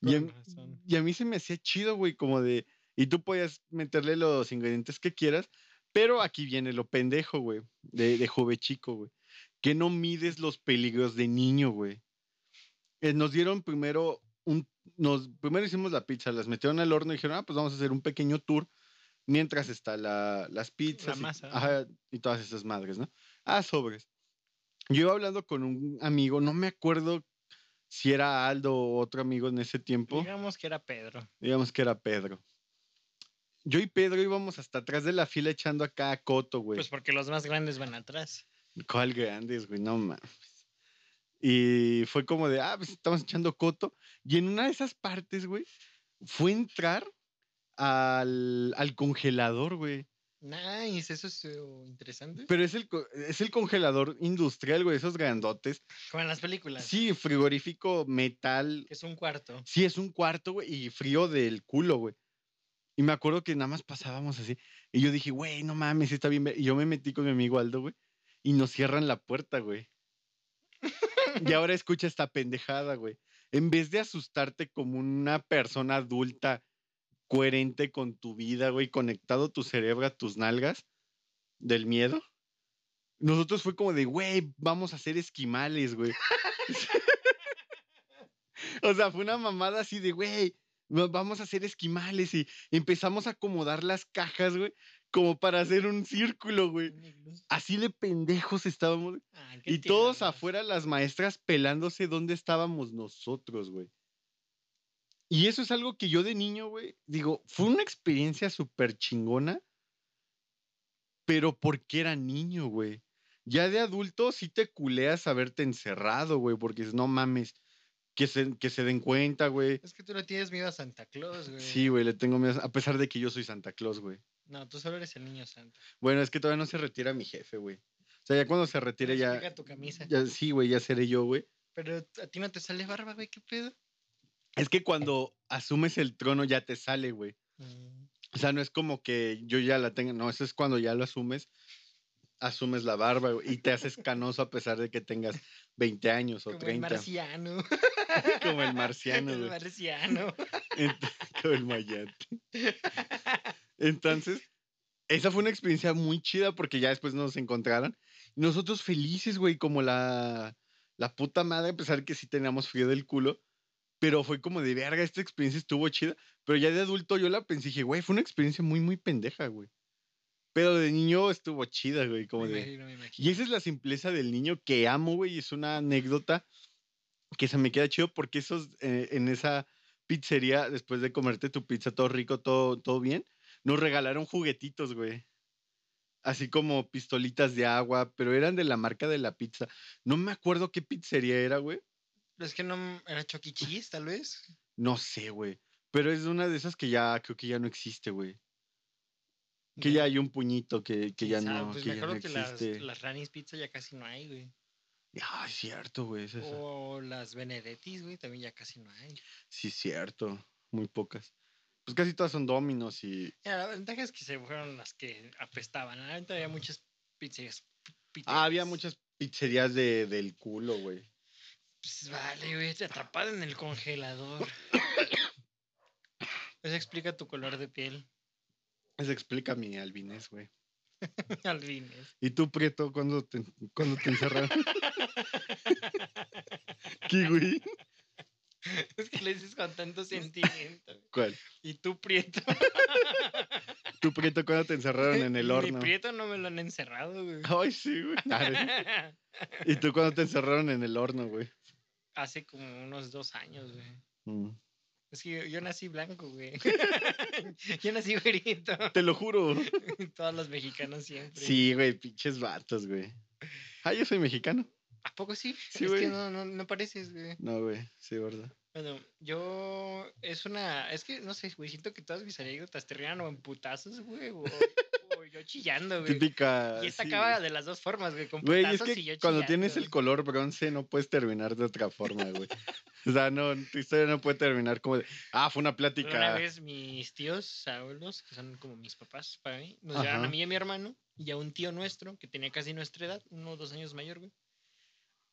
Speaker 3: Y,
Speaker 2: Con
Speaker 3: en-
Speaker 2: razón.
Speaker 3: y a mí se me hacía chido, güey, como de, Y tú podías meterle los ingredientes que quieras, pero aquí viene lo pendejo, güey, de, de joven chico, güey. Que no mides los peligros de niño, güey. Eh, nos dieron primero un. Nos, primero hicimos la pizza, las metieron al horno y dijeron, ah, pues vamos a hacer un pequeño tour mientras está la, las pizzas y-
Speaker 2: masa.
Speaker 3: ajá, y, todas esas madres, ¿no? Ah, sobres. Yo iba hablando con un amigo, no me acuerdo si era Aldo o otro amigo en ese tiempo
Speaker 2: Digamos que era Pedro.
Speaker 3: digamos que era Pedro. Yo y Pedro íbamos hasta atrás de la fila echando acá a Coto, güey.
Speaker 2: Pues porque los más grandes van atrás.
Speaker 3: ¿Cuál grandes, güey? No mames. Y fue como de, ah, pues estamos echando Coto. Y en una de esas partes, güey, fue entrar al, al congelador, güey.
Speaker 2: Nice, eso es eh, interesante.
Speaker 3: Pero es el, co- es el congelador industrial, güey, esos grandotes.
Speaker 2: Como en las películas,
Speaker 3: Sí, frigorífico, metal,
Speaker 2: que es un cuarto.
Speaker 3: Sí, es un cuarto, güey, y frío del culo, güey. Y me acuerdo que nada más pasábamos así. Y yo dije, güey, no mames, está bien. ver-". Y yo me metí con mi amigo Aldo, güey, y nos cierran la puerta, güey. y ahora escucha esta pendejada, güey. En vez de asustarte como una persona adulta, coherente con tu vida, güey, conectado tu cerebro a tus nalgas del miedo, nosotros fue como de, güey, vamos a hacer esquimales, güey. O sea, fue una mamada así de, güey, va- vamos a hacer esquimales y empezamos a acomodar las cajas, güey, como para hacer un círculo, güey.
Speaker 2: Un iglú.
Speaker 3: Así de pendejos estábamos.
Speaker 2: Ah, qué
Speaker 3: Y todos
Speaker 2: tiernos.
Speaker 3: afuera las maestras pelándose dónde estábamos nosotros, güey. Y eso es algo que yo de niño, güey, digo, fue una experiencia súper chingona, pero porque era niño, güey. Ya de adulto sí te culeas haberte encerrado, güey, porque dices, no mames, que se, que se den cuenta, güey.
Speaker 2: Es que tú le tienes miedo a Santa Claus, güey.
Speaker 3: Sí, güey, le tengo miedo, a pesar de que yo soy Santa Claus, güey.
Speaker 2: No, tú solo eres el niño santo.
Speaker 3: Bueno, es que todavía no se retira mi jefe, güey. O sea, ya cuando se retire,
Speaker 2: Tira
Speaker 3: ya,
Speaker 2: tu camisa.
Speaker 3: ya sí, güey, ya seré yo, güey.
Speaker 2: Pero a ti no te sale barba, güey, qué pedo.
Speaker 3: Es que cuando asumes el trono ya te sale, güey.
Speaker 2: Mm,
Speaker 3: O sea, no es como que yo ya la tenga. No, eso es cuando ya lo asumes. Asumes la barba güey, y te haces canoso a pesar de que tengas 20 años o
Speaker 2: Como el
Speaker 3: 30.
Speaker 2: marciano.
Speaker 3: Como el marciano,
Speaker 2: el
Speaker 3: güey.
Speaker 2: marciano.
Speaker 3: Ent- Como el mayate. Entonces, esa fue una experiencia muy chida porque ya después nos encontraron. Nosotros felices, güey, como la, la puta madre, a pesar que sí teníamos frío del culo. Pero fue como de verga, esta experiencia estuvo chida. Pero ya de adulto yo la pensé, y dije, güey, fue una experiencia muy, muy pendeja, güey. Pero de niño estuvo chida, güey, como
Speaker 2: Me
Speaker 3: de...
Speaker 2: imagino, me imagino.
Speaker 3: Y esa es la simpleza del niño que amo, güey. y Es una anécdota que se me queda chido porque esos eh, en esa pizzería, después de comerte tu pizza todo rico, todo, todo bien, nos regalaron juguetitos, güey. Así como pistolitas de agua, pero eran de la marca de la pizza. No me acuerdo qué pizzería era, güey.
Speaker 2: Es que no era choquichis, tal vez.
Speaker 3: No sé, güey. Pero es una de esas que ya creo que ya no existe, güey. Que ya hay un puñito que, que ya
Speaker 2: ¿Quién sabe?
Speaker 3: no,
Speaker 2: Pues
Speaker 3: que
Speaker 2: me
Speaker 3: ya no
Speaker 2: acuerdo que las,
Speaker 3: existe.
Speaker 2: las Ranis Pizza ya casi no hay, güey.
Speaker 3: Ah, es cierto, güey. es esa.
Speaker 2: O las Benedettis, güey, también ya casi no hay.
Speaker 3: Sí, cierto. Muy pocas. Pues casi todas son dominos y.
Speaker 2: Mira, la ventaja es que se fueron las que apestaban. Ahorita había muchas pizzas.
Speaker 3: Ah, había muchas pizzerías de, del culo, güey.
Speaker 2: Pues vale, güey, te atrapada en el congelador. Eso explica tu color de piel,
Speaker 3: Eso explica mi albinés, güey.
Speaker 2: Alvines.
Speaker 3: ¿Y tú, Prieto, cuándo te, cuándo te encerraron? ¿Kiwi?
Speaker 2: Es que le dices con tanto sentimiento.
Speaker 3: ¿Cuál?
Speaker 2: Y tú, Prieto.
Speaker 3: ¿Tú, Prieto, cuándo te encerraron en el horno?
Speaker 2: Mi Prieto no me lo han encerrado, güey.
Speaker 3: Ay, sí, güey. Ah, güey. ¿Y tú cuándo te encerraron en el horno, güey?
Speaker 2: Hace como unos dos años, güey.
Speaker 3: Mm.
Speaker 2: Es que yo, yo nací blanco, güey. yo nací güerito.
Speaker 3: Te lo juro.
Speaker 2: Todos los mexicanos siempre.
Speaker 3: Sí, güey, pinches vatos, güey. Ah, yo soy mexicano.
Speaker 2: ¿A poco sí?
Speaker 3: Sí,
Speaker 2: es
Speaker 3: güey.
Speaker 2: que no, no, no pareces, güey.
Speaker 3: No, güey, sí, ¿verdad?
Speaker 2: Bueno, yo es una, es que no sé, güey, siento que todas mis anécdotas terminan o en putazos, güey, o, o yo chillando, güey.
Speaker 3: Típica.
Speaker 2: Y esta
Speaker 3: Ah, sí,
Speaker 2: acaba
Speaker 3: güey.
Speaker 2: de las dos formas, güey, con
Speaker 3: Güey, es
Speaker 2: putazos y
Speaker 3: que
Speaker 2: yo
Speaker 3: cuando
Speaker 2: chillando,
Speaker 3: tienes el
Speaker 2: güey.
Speaker 3: color bronce no puedes terminar de otra forma, güey. o sea, no, tu historia no puede terminar como de, ah, fue una
Speaker 2: Una
Speaker 3: plática.
Speaker 2: vez mis tíos, abuelos, que son como mis papás para mí, nos llevaron a
Speaker 3: Ajá.
Speaker 2: mí y a mi hermano y a un tío nuestro que tenía casi nuestra edad, uno o dos años mayor, güey.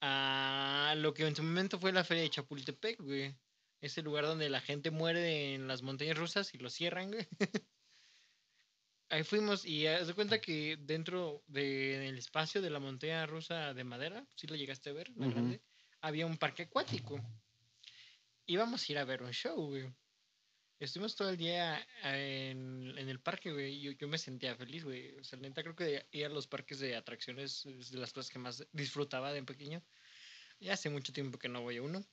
Speaker 2: A lo que en su momento fue la feria de Chapultepec, güey. Ese lugar donde la gente muere en las montañas rusas y lo cierran, güey. Ahí fuimos y haz de cuenta que dentro de- del espacio de la montaña rusa de madera, si lo llegaste a ver, la
Speaker 3: Ujú.
Speaker 2: grande, había un parque acuático. Íbamos a ir a ver un show, güey. Estuvimos todo el día ah, en, en el parque, güey. y Yo, yo me sentía feliz, güey. O sea, neta, creo que ir a los parques de atracciones es de las cosas que más disfrutaba de pequeño. Ya hace mucho tiempo que no voy a uno.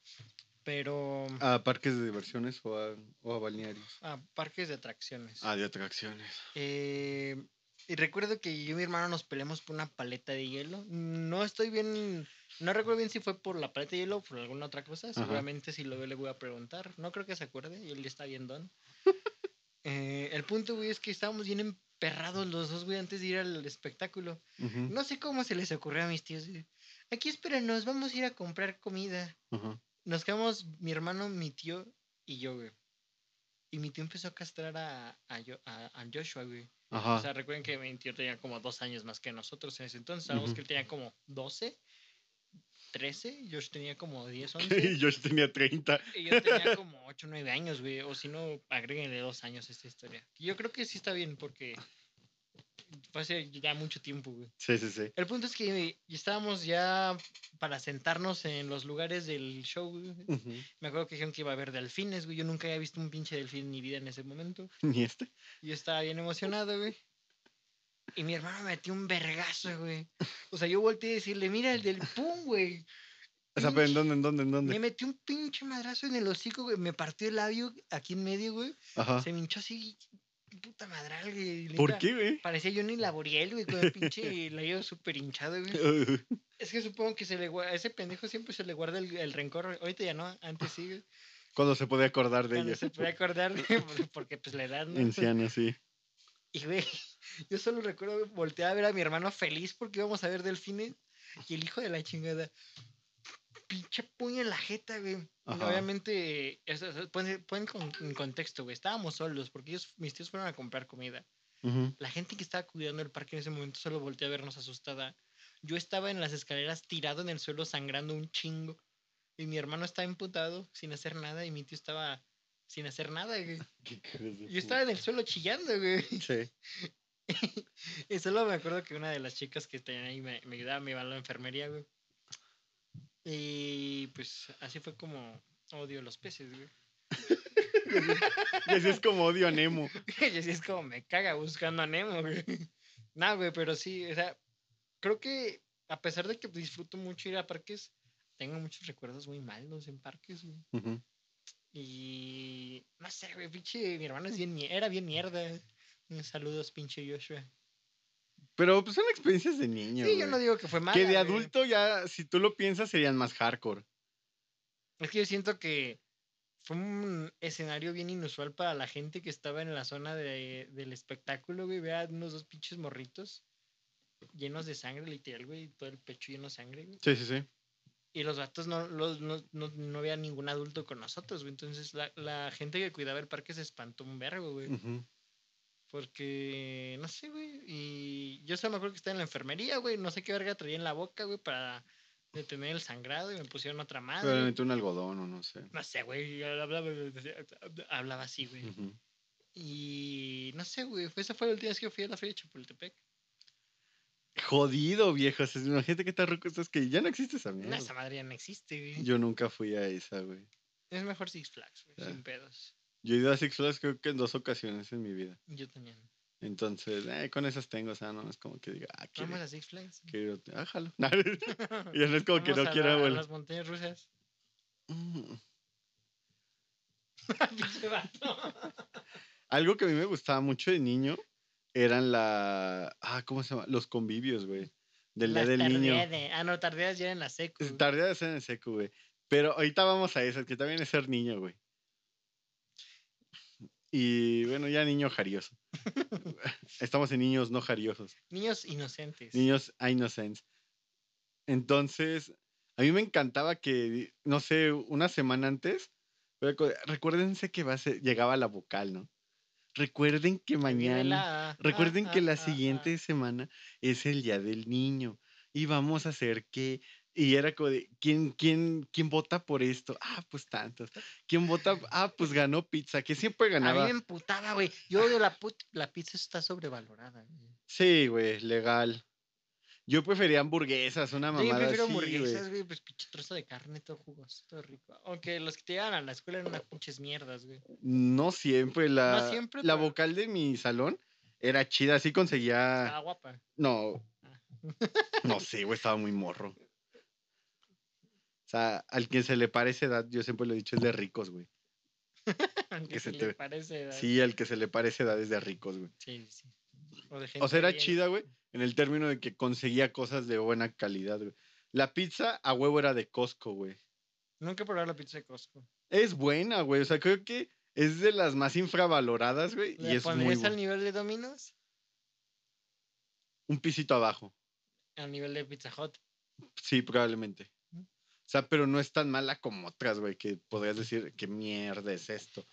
Speaker 2: Pero
Speaker 3: ¿A parques de diversiones o a, o a balnearios?
Speaker 2: a parques de atracciones.
Speaker 3: Ah, de atracciones.
Speaker 2: Eh, y recuerdo que yo y mi hermano nos peleamos por una paleta de hielo. No estoy bien, no recuerdo bien si fue por la paleta de hielo o por alguna otra cosa.
Speaker 3: Ajá.
Speaker 2: Seguramente si lo veo le voy a preguntar. No creo que se acuerde, y él ya está bien don. Eh, el punto, güey, es que estábamos bien emperrados los dos, güey, antes de ir al espectáculo.
Speaker 3: Ujú,
Speaker 2: No sé cómo se les ocurrió a mis tíos. güey. Aquí espéranos, vamos a ir a comprar comida.
Speaker 3: ajá.
Speaker 2: Nos quedamos mi hermano, mi tío y yo, güey. Y mi tío empezó a castrar a, a, Yo- a- a Joshua, güey. O sea,
Speaker 3: Ajá.
Speaker 2: recuerden que mi tío tenía como dos años más que nosotros en ese entonces. Sabemos
Speaker 3: Ujú.
Speaker 2: que él tenía como 12, 13. Josh tenía como 10, 11.
Speaker 3: Y yo tenía 30.
Speaker 2: y yo tenía como 8, 9 años, güey. O si no, agréguenle dos años a esta historia. Yo creo que sí está bien porque fue hace ya mucho tiempo, güey.
Speaker 3: Sí, sí, sí.
Speaker 2: El punto es que estábamos ya para sentarnos en los lugares del show, güey.
Speaker 3: Ujú.
Speaker 2: Me acuerdo que dijeron que iba a haber delfines, güey. Yo nunca había visto un pinche delfín en mi vida en ese momento.
Speaker 3: ¿Ni este?
Speaker 2: Yo estaba bien emocionado, güey. Y mi hermano me metió un vergazo, güey. O sea, yo volteé a decirle, mira el del pum, güey.
Speaker 3: O sea, pero ¿en dónde, en dónde, en
Speaker 2: Me
Speaker 3: dónde?
Speaker 2: metió un pinche madrazo en el hocico, güey. Me partió el labio aquí en medio, güey.
Speaker 3: Ajá.
Speaker 2: Se me hinchó así, puta madral, güey.
Speaker 3: Ah. ¿Por
Speaker 2: Neta,
Speaker 3: qué, güey?
Speaker 2: Parecía yo ni laboriel, güey, con el pinche labio súper hinchado, güey. Es que supongo que se le gua- a ese pendejo siempre se le guarda el, el rencor. Ahorita ya no, antes sí, güey.
Speaker 3: Cuando se podía acordar de
Speaker 2: Ya no
Speaker 3: ellos.
Speaker 2: se puede acordar güey, por- porque pues la edad ¿no?
Speaker 3: Anciano, sí.
Speaker 2: y güey yo solo recuerdo güey, voltear a ver a mi hermano feliz porque íbamos a ver delfines y el hijo de la chingada pinche puño en la jeta güey Y
Speaker 3: Ajá.
Speaker 2: obviamente eso- eso- ponen, ponen con- en contexto güey estábamos solos porque ellos mis tíos fueron a comprar comida
Speaker 3: Ujú.
Speaker 2: la gente que estaba cuidando el parque en ese momento solo volteó a vernos asustada. Yo estaba en las escaleras tirado en el suelo sangrando un chingo. Y mi hermano estaba imputado sin hacer nada y mi tío estaba sin hacer nada, güey. Yo estaba en el suelo chillando, güey.
Speaker 3: Sí.
Speaker 2: Y solo me acuerdo que una de las chicas que tenía ahí me, me ayudaba, me iba a la enfermería, güey. Y pues así fue como odio los peces, güey.
Speaker 3: Y así es como odio a Nemo.
Speaker 2: Y así es como me caga buscando a Nemo, güey. No, güey, pero sí, o sea, creo que a pesar de que disfruto mucho ir a parques, tengo muchos recuerdos muy malos en parques, güey.
Speaker 3: Ujú.
Speaker 2: Y no sé, güey, pinche, mi hermano es bien, mie- era bien mierda. Un Saludos, pinche Joshua.
Speaker 3: Pero pues son experiencias de niño.
Speaker 2: Sí, yo
Speaker 3: güey.
Speaker 2: no digo que fue malo.
Speaker 3: Que de adulto ya, si tú lo piensas, serían más hardcore.
Speaker 2: Es que yo siento que fue un escenario bien inusual para la gente que estaba en la zona de- del espectáculo, güey. Vea unos dos pinches morritos llenos de sangre, literal, güey. Todo el pecho lleno de sangre, güey.
Speaker 3: Sí, sí, sí.
Speaker 2: Y los gatos no, los, no, no, no había ningún adulto con nosotros, güey. Entonces la, la gente que cuidaba el parque se espantó un vergo, güey.
Speaker 3: Ujú.
Speaker 2: Porque, no sé, güey. Y yo solo me acuerdo que estaba en la enfermería, güey. No sé qué verga traía en la boca, güey, para detener el sangrado. Y me pusieron otra madre. Ah, güey.
Speaker 3: Probablemente un algodón o no sé.
Speaker 2: No sé, güey. yo Hablaba, hablaba así, güey.
Speaker 3: Ujú.
Speaker 2: Y no sé, güey. fue- Esa fue la última vez que fui a la feria de Chapultepec.
Speaker 3: Jodido, viejo. O sea, imagínate que tan ruco estás que ya no existe esa
Speaker 2: No,
Speaker 3: mierda.
Speaker 2: esa madre ya no existe, güey.
Speaker 3: Yo nunca fui a esa, güey.
Speaker 2: Es mejor Six Flags, güey.
Speaker 3: Ah.
Speaker 2: Sin pedos.
Speaker 3: Yo he ido a Six Flags creo que en dos ocasiones en mi vida.
Speaker 2: Yo también.
Speaker 3: Entonces, eh, con esas tengo, o sea, no es como que diga, ah, quiero,
Speaker 2: Vamos a Six Flags.
Speaker 3: quiero- ah, jalo. ya no es como que
Speaker 2: Vamos
Speaker 3: no
Speaker 2: a
Speaker 3: quiera,
Speaker 2: la- a
Speaker 3: güey.
Speaker 2: las montañas rusas.
Speaker 3: Mm.
Speaker 2: Ah, Pinche vato.
Speaker 3: Algo que a mí me gustaba mucho de niño eran la. Ah, ¿cómo se llama? Los convivios, güey. Del
Speaker 2: Las
Speaker 3: día del niño.
Speaker 2: tardeadas. Ah, no, tardeadas ya en la secu. güey.
Speaker 3: Tardé de hacer en el secu, güey. Pero ahorita vamos a eso, que también es ser niño, güey. Y bueno, ya niño jarioso. Estamos en niños no jariosos.
Speaker 2: Niños inocentes.
Speaker 3: Niños Innocence. Entonces, a mí me encantaba que, no sé, una semana antes, recu- recuérdense que va a ser- llegaba la vocal, ¿no? Recuerden que
Speaker 2: Que viene
Speaker 3: mañana,
Speaker 2: la- ah,
Speaker 3: recuerden que
Speaker 2: ah,
Speaker 3: la
Speaker 2: ah,
Speaker 3: siguiente semana es el Día del Niño y vamos a hacer que Y era como de, ¿quién, quién, ¿quién vota por esto? Ah, pues tantos. ¿Quién vota? Ah, pues ganó pizza, que siempre
Speaker 2: A mí
Speaker 3: ganaba.
Speaker 2: me emputaba, güey. Yo odio la put la pizza está sobrevalorada. güey.
Speaker 3: Sí, güey, legal. Yo prefería hamburguesas, una
Speaker 2: Yo
Speaker 3: mamada
Speaker 2: prefiero
Speaker 3: así, güey.
Speaker 2: hamburguesas, güey, pues pinche trozo de carne, todo jugoso, todo rico. Aunque los que te llevan a la escuela eran unas pinches mierdas, güey.
Speaker 3: No siempre. La,
Speaker 2: siempre,
Speaker 3: la
Speaker 2: pero-
Speaker 3: vocal de mi salón era chida, así conseguía.
Speaker 2: Estaba guapa.
Speaker 3: No.
Speaker 2: Ah.
Speaker 3: No sé, güey, estaba muy morro. O sea, al que se le parece edad, yo siempre lo he dicho, es de ricos, güey.
Speaker 2: Aunque
Speaker 3: que
Speaker 2: se
Speaker 3: se te-
Speaker 2: le parece. ¿verdad?
Speaker 3: Sí, al que se le parece edad es de ricos, güey.
Speaker 2: Sí, sí. O, de
Speaker 3: O
Speaker 2: gente
Speaker 3: sea, era
Speaker 2: bien.
Speaker 3: chida, güey, en el término de que conseguía cosas de buena calidad, güey. La pizza a huevo era de Costco, güey.
Speaker 2: Nunca he probado la pizza de Costco.
Speaker 3: Es buena, güey. O sea, creo que es de las más infravaloradas, güey. Y
Speaker 2: ¿Le
Speaker 3: es muy
Speaker 2: pondrías al
Speaker 3: bu-
Speaker 2: nivel de Domino's?
Speaker 3: un pisito abajo.
Speaker 2: Al nivel de Pizza Hut.
Speaker 3: Sí, probablemente.
Speaker 2: Ujú.
Speaker 3: O sea, pero no es tan mala como otras, güey, que podrías decir, ¿qué mierda es esto?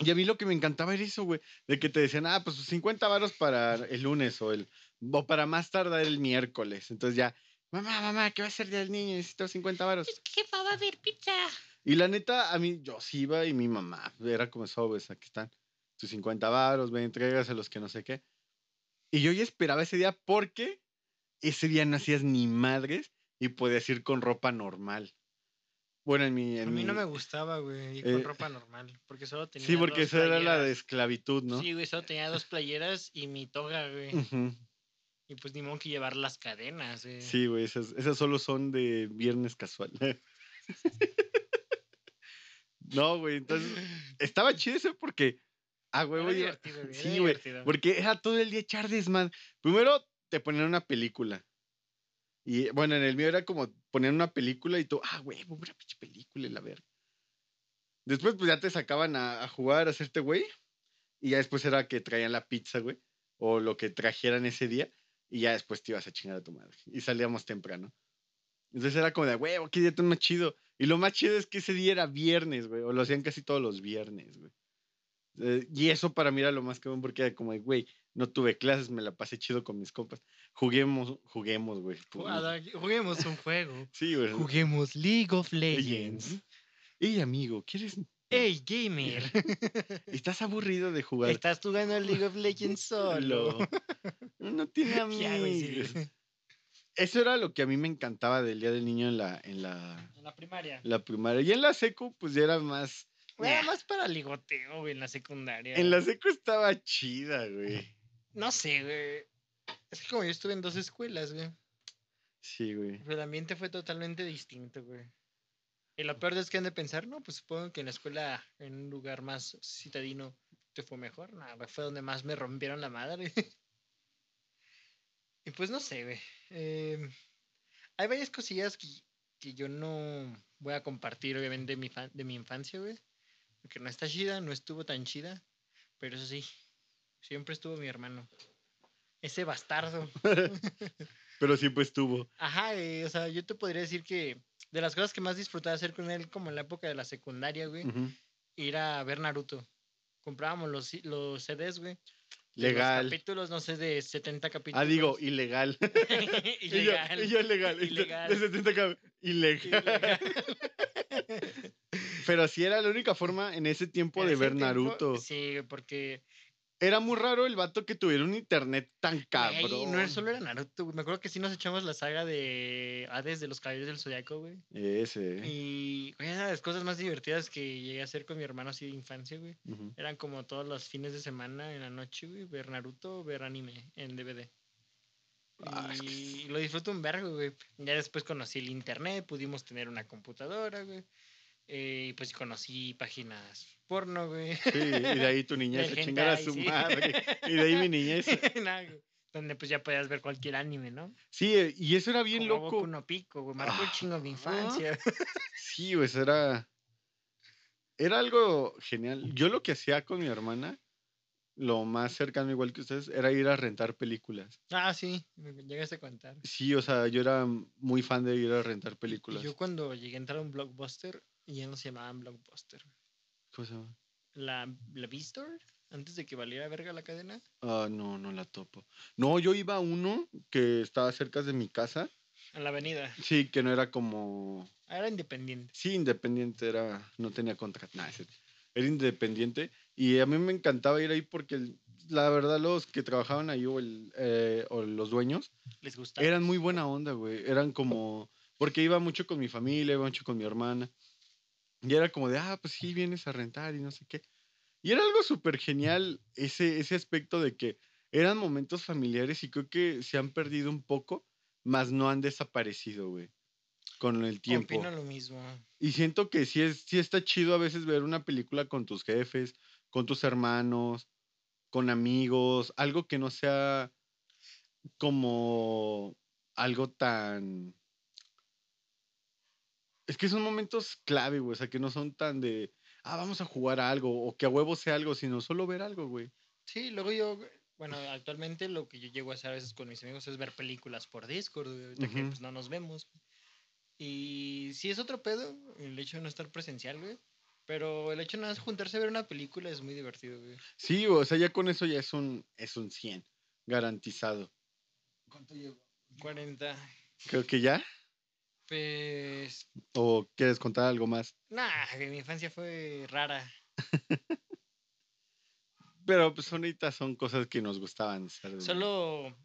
Speaker 3: Y a mí lo que me encantaba era eso, güey, de que te decían, ah, pues 50 varos para el lunes o el o para más tardar el miércoles. Entonces ya, mamá, mamá, ¿qué va a ser del niño? Necesito 50 varos.
Speaker 2: Es que va a haber pizza.
Speaker 3: Y la neta, a mí, yo sí iba y mi mamá era como sobres, aquí están tus 50 varos, ven, los que no sé qué. Y yo ya esperaba ese día porque ese día no hacías ni madres y podías ir con ropa normal. Bueno, en mi...
Speaker 2: A
Speaker 3: en
Speaker 2: mí no
Speaker 3: mi-
Speaker 2: me gustaba, güey, ir con
Speaker 3: Eh,
Speaker 2: ropa normal. Porque solo tenía.
Speaker 3: Sí, porque
Speaker 2: dos
Speaker 3: esa era la de
Speaker 2: playeras.
Speaker 3: esclavitud, ¿no? Mm.
Speaker 2: Sí, güey, solo tenía dos playeras y mi toga, güey.
Speaker 3: Ujú.
Speaker 2: Y pues ni modo que llevar las cadenas, güey.
Speaker 3: Sí, güey, esas, esas solo son de viernes casual. no, güey, entonces estaba chido eso porque a huevo
Speaker 2: Era
Speaker 3: iba-
Speaker 2: divertido, güey.
Speaker 3: sí,
Speaker 2: era
Speaker 3: güey,
Speaker 2: divertido.
Speaker 3: Porque era todo el día echar desmadre. Primero te ponían una película. Y bueno, en el mío era como ponían una película y tú, ah, güey, una pinche película, y la verga. Después, pues ya te sacaban a, a jugar, a hacerte güey. Y ya después era que traían la pizza, güey. O lo que trajeran ese día. Y ya después te ibas a chingar a tu madre. Y salíamos temprano. Entonces era como de, güey, qué día tan más chido. Y lo más chido es que ese día era viernes, güey. O lo hacían casi todos los viernes, güey. Eh, y eso para mí era lo más cabrón porque era como, de, güey, no tuve clases, me la pasé chido con mis compas. Juguemos, juguemos, güey. Pu-
Speaker 2: Jugada- Juguemos un juego.
Speaker 3: Sí, güey.
Speaker 2: Juguemos League of Legends.
Speaker 3: Legends. Ey, amigo, ¿quieres?
Speaker 2: ¡Ey, gamer!
Speaker 3: ¿Estás aburrido de jugar
Speaker 2: Estás jugando al League of Legends solo.
Speaker 3: No tiene
Speaker 2: Ya, güey, sí.
Speaker 3: amigos. Eso era lo que a mí me encantaba del Día del Niño en la, en la,
Speaker 2: En la primaria.
Speaker 3: la primaria. Y en la secu, pues ya era más...
Speaker 2: Güey,
Speaker 3: Nah.
Speaker 2: más para ligoteo, güey, en la secundaria.
Speaker 3: En la secu estaba chida, güey.
Speaker 2: No sé, güey. Es que como yo estuve en dos escuelas, güey.
Speaker 3: Sí, güey.
Speaker 2: Pero el ambiente fue totalmente distinto, güey. Y lo peor es que han de pensar, no, pues supongo que en la escuela, en un lugar más citadino, te fue mejor. No, güey, fue donde más me rompieron la madre. y pues no sé, güey. Eh, hay varias cosillas que, que yo no voy a compartir, obviamente, de mi, fa- de mi infancia, güey. Porque no está chida, no estuvo tan chida. Pero eso sí, siempre estuvo mi hermano. Ese bastardo.
Speaker 3: Pero siempre estuvo.
Speaker 2: Ajá, eh, o sea, yo te podría decir que de las cosas que más disfrutaba hacer con él, como en la época de la secundaria, güey,
Speaker 3: Ujú.
Speaker 2: ir a ver Naruto. Comprábamos los, ci- los CDs, güey. de Los
Speaker 3: Legal.
Speaker 2: capítulos, no sé, de 70 capítulos.
Speaker 3: Ah, digo, ilegal. Y yo-
Speaker 2: ilegal.
Speaker 3: Y yo, legal.
Speaker 2: Ilegal.
Speaker 3: De 70 cab- Ilegal.
Speaker 2: Ilegal.
Speaker 3: Pero sí era la única forma en ese tiempo
Speaker 2: En
Speaker 3: de
Speaker 2: ese
Speaker 3: ver
Speaker 2: tiempo,
Speaker 3: Naruto.
Speaker 2: Sí, güey, porque
Speaker 3: Era muy raro el vato que tuviera un internet tan
Speaker 2: güey,
Speaker 3: cabrón.
Speaker 2: no era solo era Naruto, güey. Me acuerdo que sí nos echamos la saga de Hades de los Caballeros del Zodiaco, güey.
Speaker 3: Ese.
Speaker 2: Y güey, una de las cosas más divertidas que llegué a hacer con mi hermano así de infancia, güey.
Speaker 3: Ujú.
Speaker 2: Eran como todos los fines de semana en la noche, güey, ver Naruto, ver anime en DVD.
Speaker 3: Ah, es que
Speaker 2: Y lo disfruto un vergo, güey. Ya después conocí el internet, pudimos tener una computadora, güey. Eh, Y pues conocí páginas porno, güey.
Speaker 3: Sí, y de ahí tu niñez
Speaker 2: Del
Speaker 3: a chingar a
Speaker 2: hentai,
Speaker 3: su
Speaker 2: sí.
Speaker 3: madre. Y de ahí mi niñez.
Speaker 2: Nah, güey. Donde pues ya podías ver cualquier anime, ¿no?
Speaker 3: Sí, eh, y eso era bien
Speaker 2: Como Boku
Speaker 3: loco.
Speaker 2: no Pico, güey. Marcó el
Speaker 3: Ah.
Speaker 2: chingo mi infancia.
Speaker 3: Sí, pues era. Era algo genial. Yo lo que hacía con mi hermana, lo más cercano, igual que ustedes, era ir a rentar películas.
Speaker 2: Ah, sí. me Llegaste a contar.
Speaker 3: Sí, o sea, yo era muy fan de ir a rentar
Speaker 2: Y- y
Speaker 3: películas.
Speaker 2: yo cuando llegué a entrar a un blockbuster, ya no se llamaban blockbuster.
Speaker 3: ¿Cómo se llama?
Speaker 2: La, la V-Store, antes de que valiera verga la cadena.
Speaker 3: Ah, no, no la topo. No, yo iba a uno que estaba cerca de mi casa
Speaker 2: en la avenida. Ah,
Speaker 3: Sí, que no era como.
Speaker 2: Era independiente.
Speaker 3: Sí, independiente, era. No tenía contrato. nada, ese- era independiente. Y a mí me encantaba ir ahí porque el- la verdad los que trabajaban ahí o, el, eh, o los dueños
Speaker 2: Les gustaba.
Speaker 3: eran muy buena onda, güey. Eran como. Porque iba mucho con mi familia, iba mucho con mi hermana. Y era como de, ah, pues sí, vienes a rentar y no sé qué. Y era algo súper genial ese, ese aspecto de que eran momentos familiares y creo que se han perdido un poco, más no han desaparecido, güey, con el tiempo.
Speaker 2: Opino lo mismo.
Speaker 3: Y siento que sí, es, sí está chido a veces ver una película con tus jefes, con tus hermanos, con amigos, algo que no sea como algo tan... Es que son momentos clave, güey, o sea, que no son tan de, ah, vamos a jugar a algo, o que a huevo sea algo, sino solo ver algo, güey.
Speaker 2: Sí, luego yo, bueno, actualmente lo que yo llego a hacer a veces con mis amigos es ver películas por Discord, güey, ahorita que
Speaker 3: Ujú.
Speaker 2: pues, no nos vemos. Y sí es otro pedo el hecho de no estar presencial, güey. Pero el hecho de nada más juntarse a ver una película es muy divertido, güey.
Speaker 3: Sí, o sea, ya con eso ya es un, es un 100, garantizado.
Speaker 2: 40.
Speaker 3: Creo que ya,
Speaker 2: Pues.
Speaker 3: o quieres contar algo más.
Speaker 2: Nah, güey, mi infancia fue rara.
Speaker 3: Pero pues ahorita son cosas que nos gustaban. hacer, güey.
Speaker 2: Solo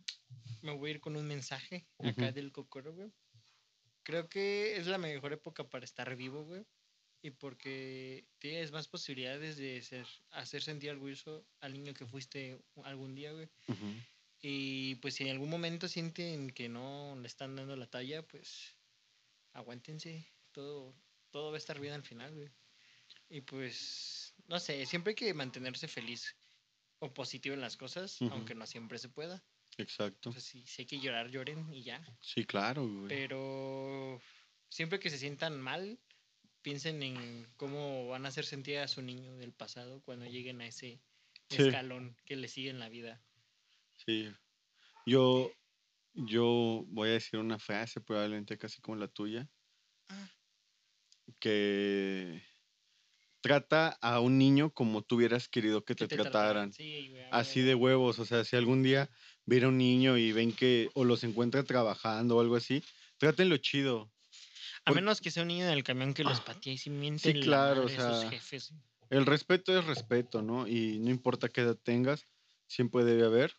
Speaker 2: me voy a ir con un mensaje acá
Speaker 3: Ujú.
Speaker 2: del Cocoro, güey. Creo que es la mejor época para estar vivo, güey. Y porque tienes más posibilidades de ser, hacer sentir orgulloso al niño que fuiste algún día, güey.
Speaker 3: Ujú.
Speaker 2: Y pues si en algún momento sienten que no le están dando la talla, pues aguántense. Todo, todo va a estar bien al final, güey. Y pues, no sé, siempre hay que mantenerse feliz o positivo en las cosas,
Speaker 3: Ujú.
Speaker 2: aunque no siempre se pueda.
Speaker 3: Exacto.
Speaker 2: Pues sí, si hay que llorar, lloren y ya.
Speaker 3: Sí, claro, güey.
Speaker 2: Pero siempre que se sientan mal, piensen en cómo van a hacer sentir a su niño del pasado cuando lleguen a ese
Speaker 3: Sí.
Speaker 2: escalón que le sigue en la vida.
Speaker 3: Sí. Yo, yo voy a decir una frase probablemente casi como la tuya,
Speaker 2: Ah.
Speaker 3: que trata a un niño como tú hubieras querido que
Speaker 2: Que
Speaker 3: te, trataran.
Speaker 2: Sí, güey, a
Speaker 3: Así
Speaker 2: huevo.
Speaker 3: de huevos, o sea, si algún día viera un niño y ven que o los encuentra trabajando o algo así, trátenlo chido.
Speaker 2: A
Speaker 3: Por-
Speaker 2: menos que sea un niño del camión que los patee y si mienten la
Speaker 3: claro, o
Speaker 2: madre a sus
Speaker 3: sea,
Speaker 2: jefes.
Speaker 3: El respeto es respeto, ¿no? Y no importa qué edad tengas, siempre debe haber.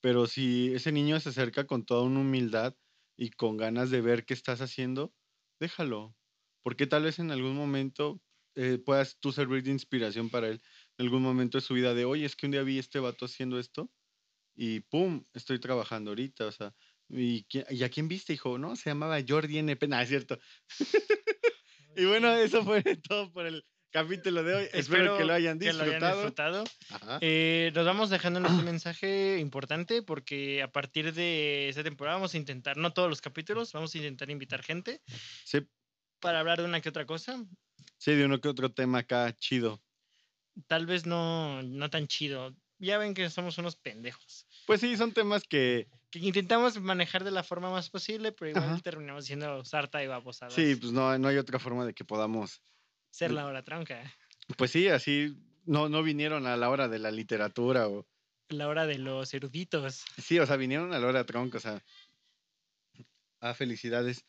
Speaker 3: Pero si ese niño se acerca con toda una humildad y con ganas de ver qué estás haciendo, déjalo. Porque tal vez en algún momento eh, puedas tú servir de inspiración para él. En algún momento de su vida de, oye, es que un día vi este vato haciendo esto y pum, estoy trabajando ahorita. O sea, ¿y, qui- ¿y a quién viste, hijo? No, se llamaba Jordi N. P. Nah, es cierto. Y bueno, eso fue todo por el capítulo de hoy. Espero, que lo hayan
Speaker 2: que lo
Speaker 3: disfrutado.
Speaker 2: hayan disfrutado.
Speaker 3: Ajá.
Speaker 2: Eh, nos vamos dejándonos
Speaker 3: Ah.
Speaker 2: un mensaje importante porque a partir de esta temporada vamos a intentar, no todos los capítulos, vamos a intentar invitar gente
Speaker 3: Sí,
Speaker 2: para hablar de una que otra cosa.
Speaker 3: sí, de uno que otro tema acá chido.
Speaker 2: Tal vez no, no tan chido. Ya ven que somos unos pendejos.
Speaker 3: Pues sí, son temas que
Speaker 2: Que intentamos manejar de la forma más posible, pero igual
Speaker 3: Ajá.
Speaker 2: terminamos siendo sarta y babosadas.
Speaker 3: sí, pues no, no hay otra forma de que podamos.
Speaker 2: Ser la hora tronca.
Speaker 3: Pues sí, así no, no vinieron a la hora de la literatura o
Speaker 2: La hora de los eruditos.
Speaker 3: sí, o sea, vinieron a la hora tronco, o sea. Ah, felicidades.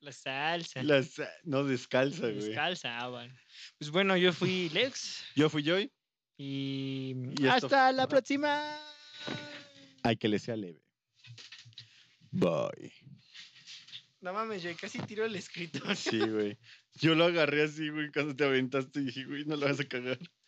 Speaker 2: La salsa.
Speaker 3: Las ah, no descalza, güey.
Speaker 2: Descalza, ah, bueno. Pues bueno, yo fui Lex
Speaker 3: Yo fui Joy.
Speaker 2: y,
Speaker 3: Y esto
Speaker 2: hasta la próxima.
Speaker 3: Ay, que le sea leve. Bye.
Speaker 2: No mames, yo casi tiro el escritor.
Speaker 3: Sí, güey. Yo lo agarré así, güey, cuando te aventaste y dije, güey, no lo vas a cagar.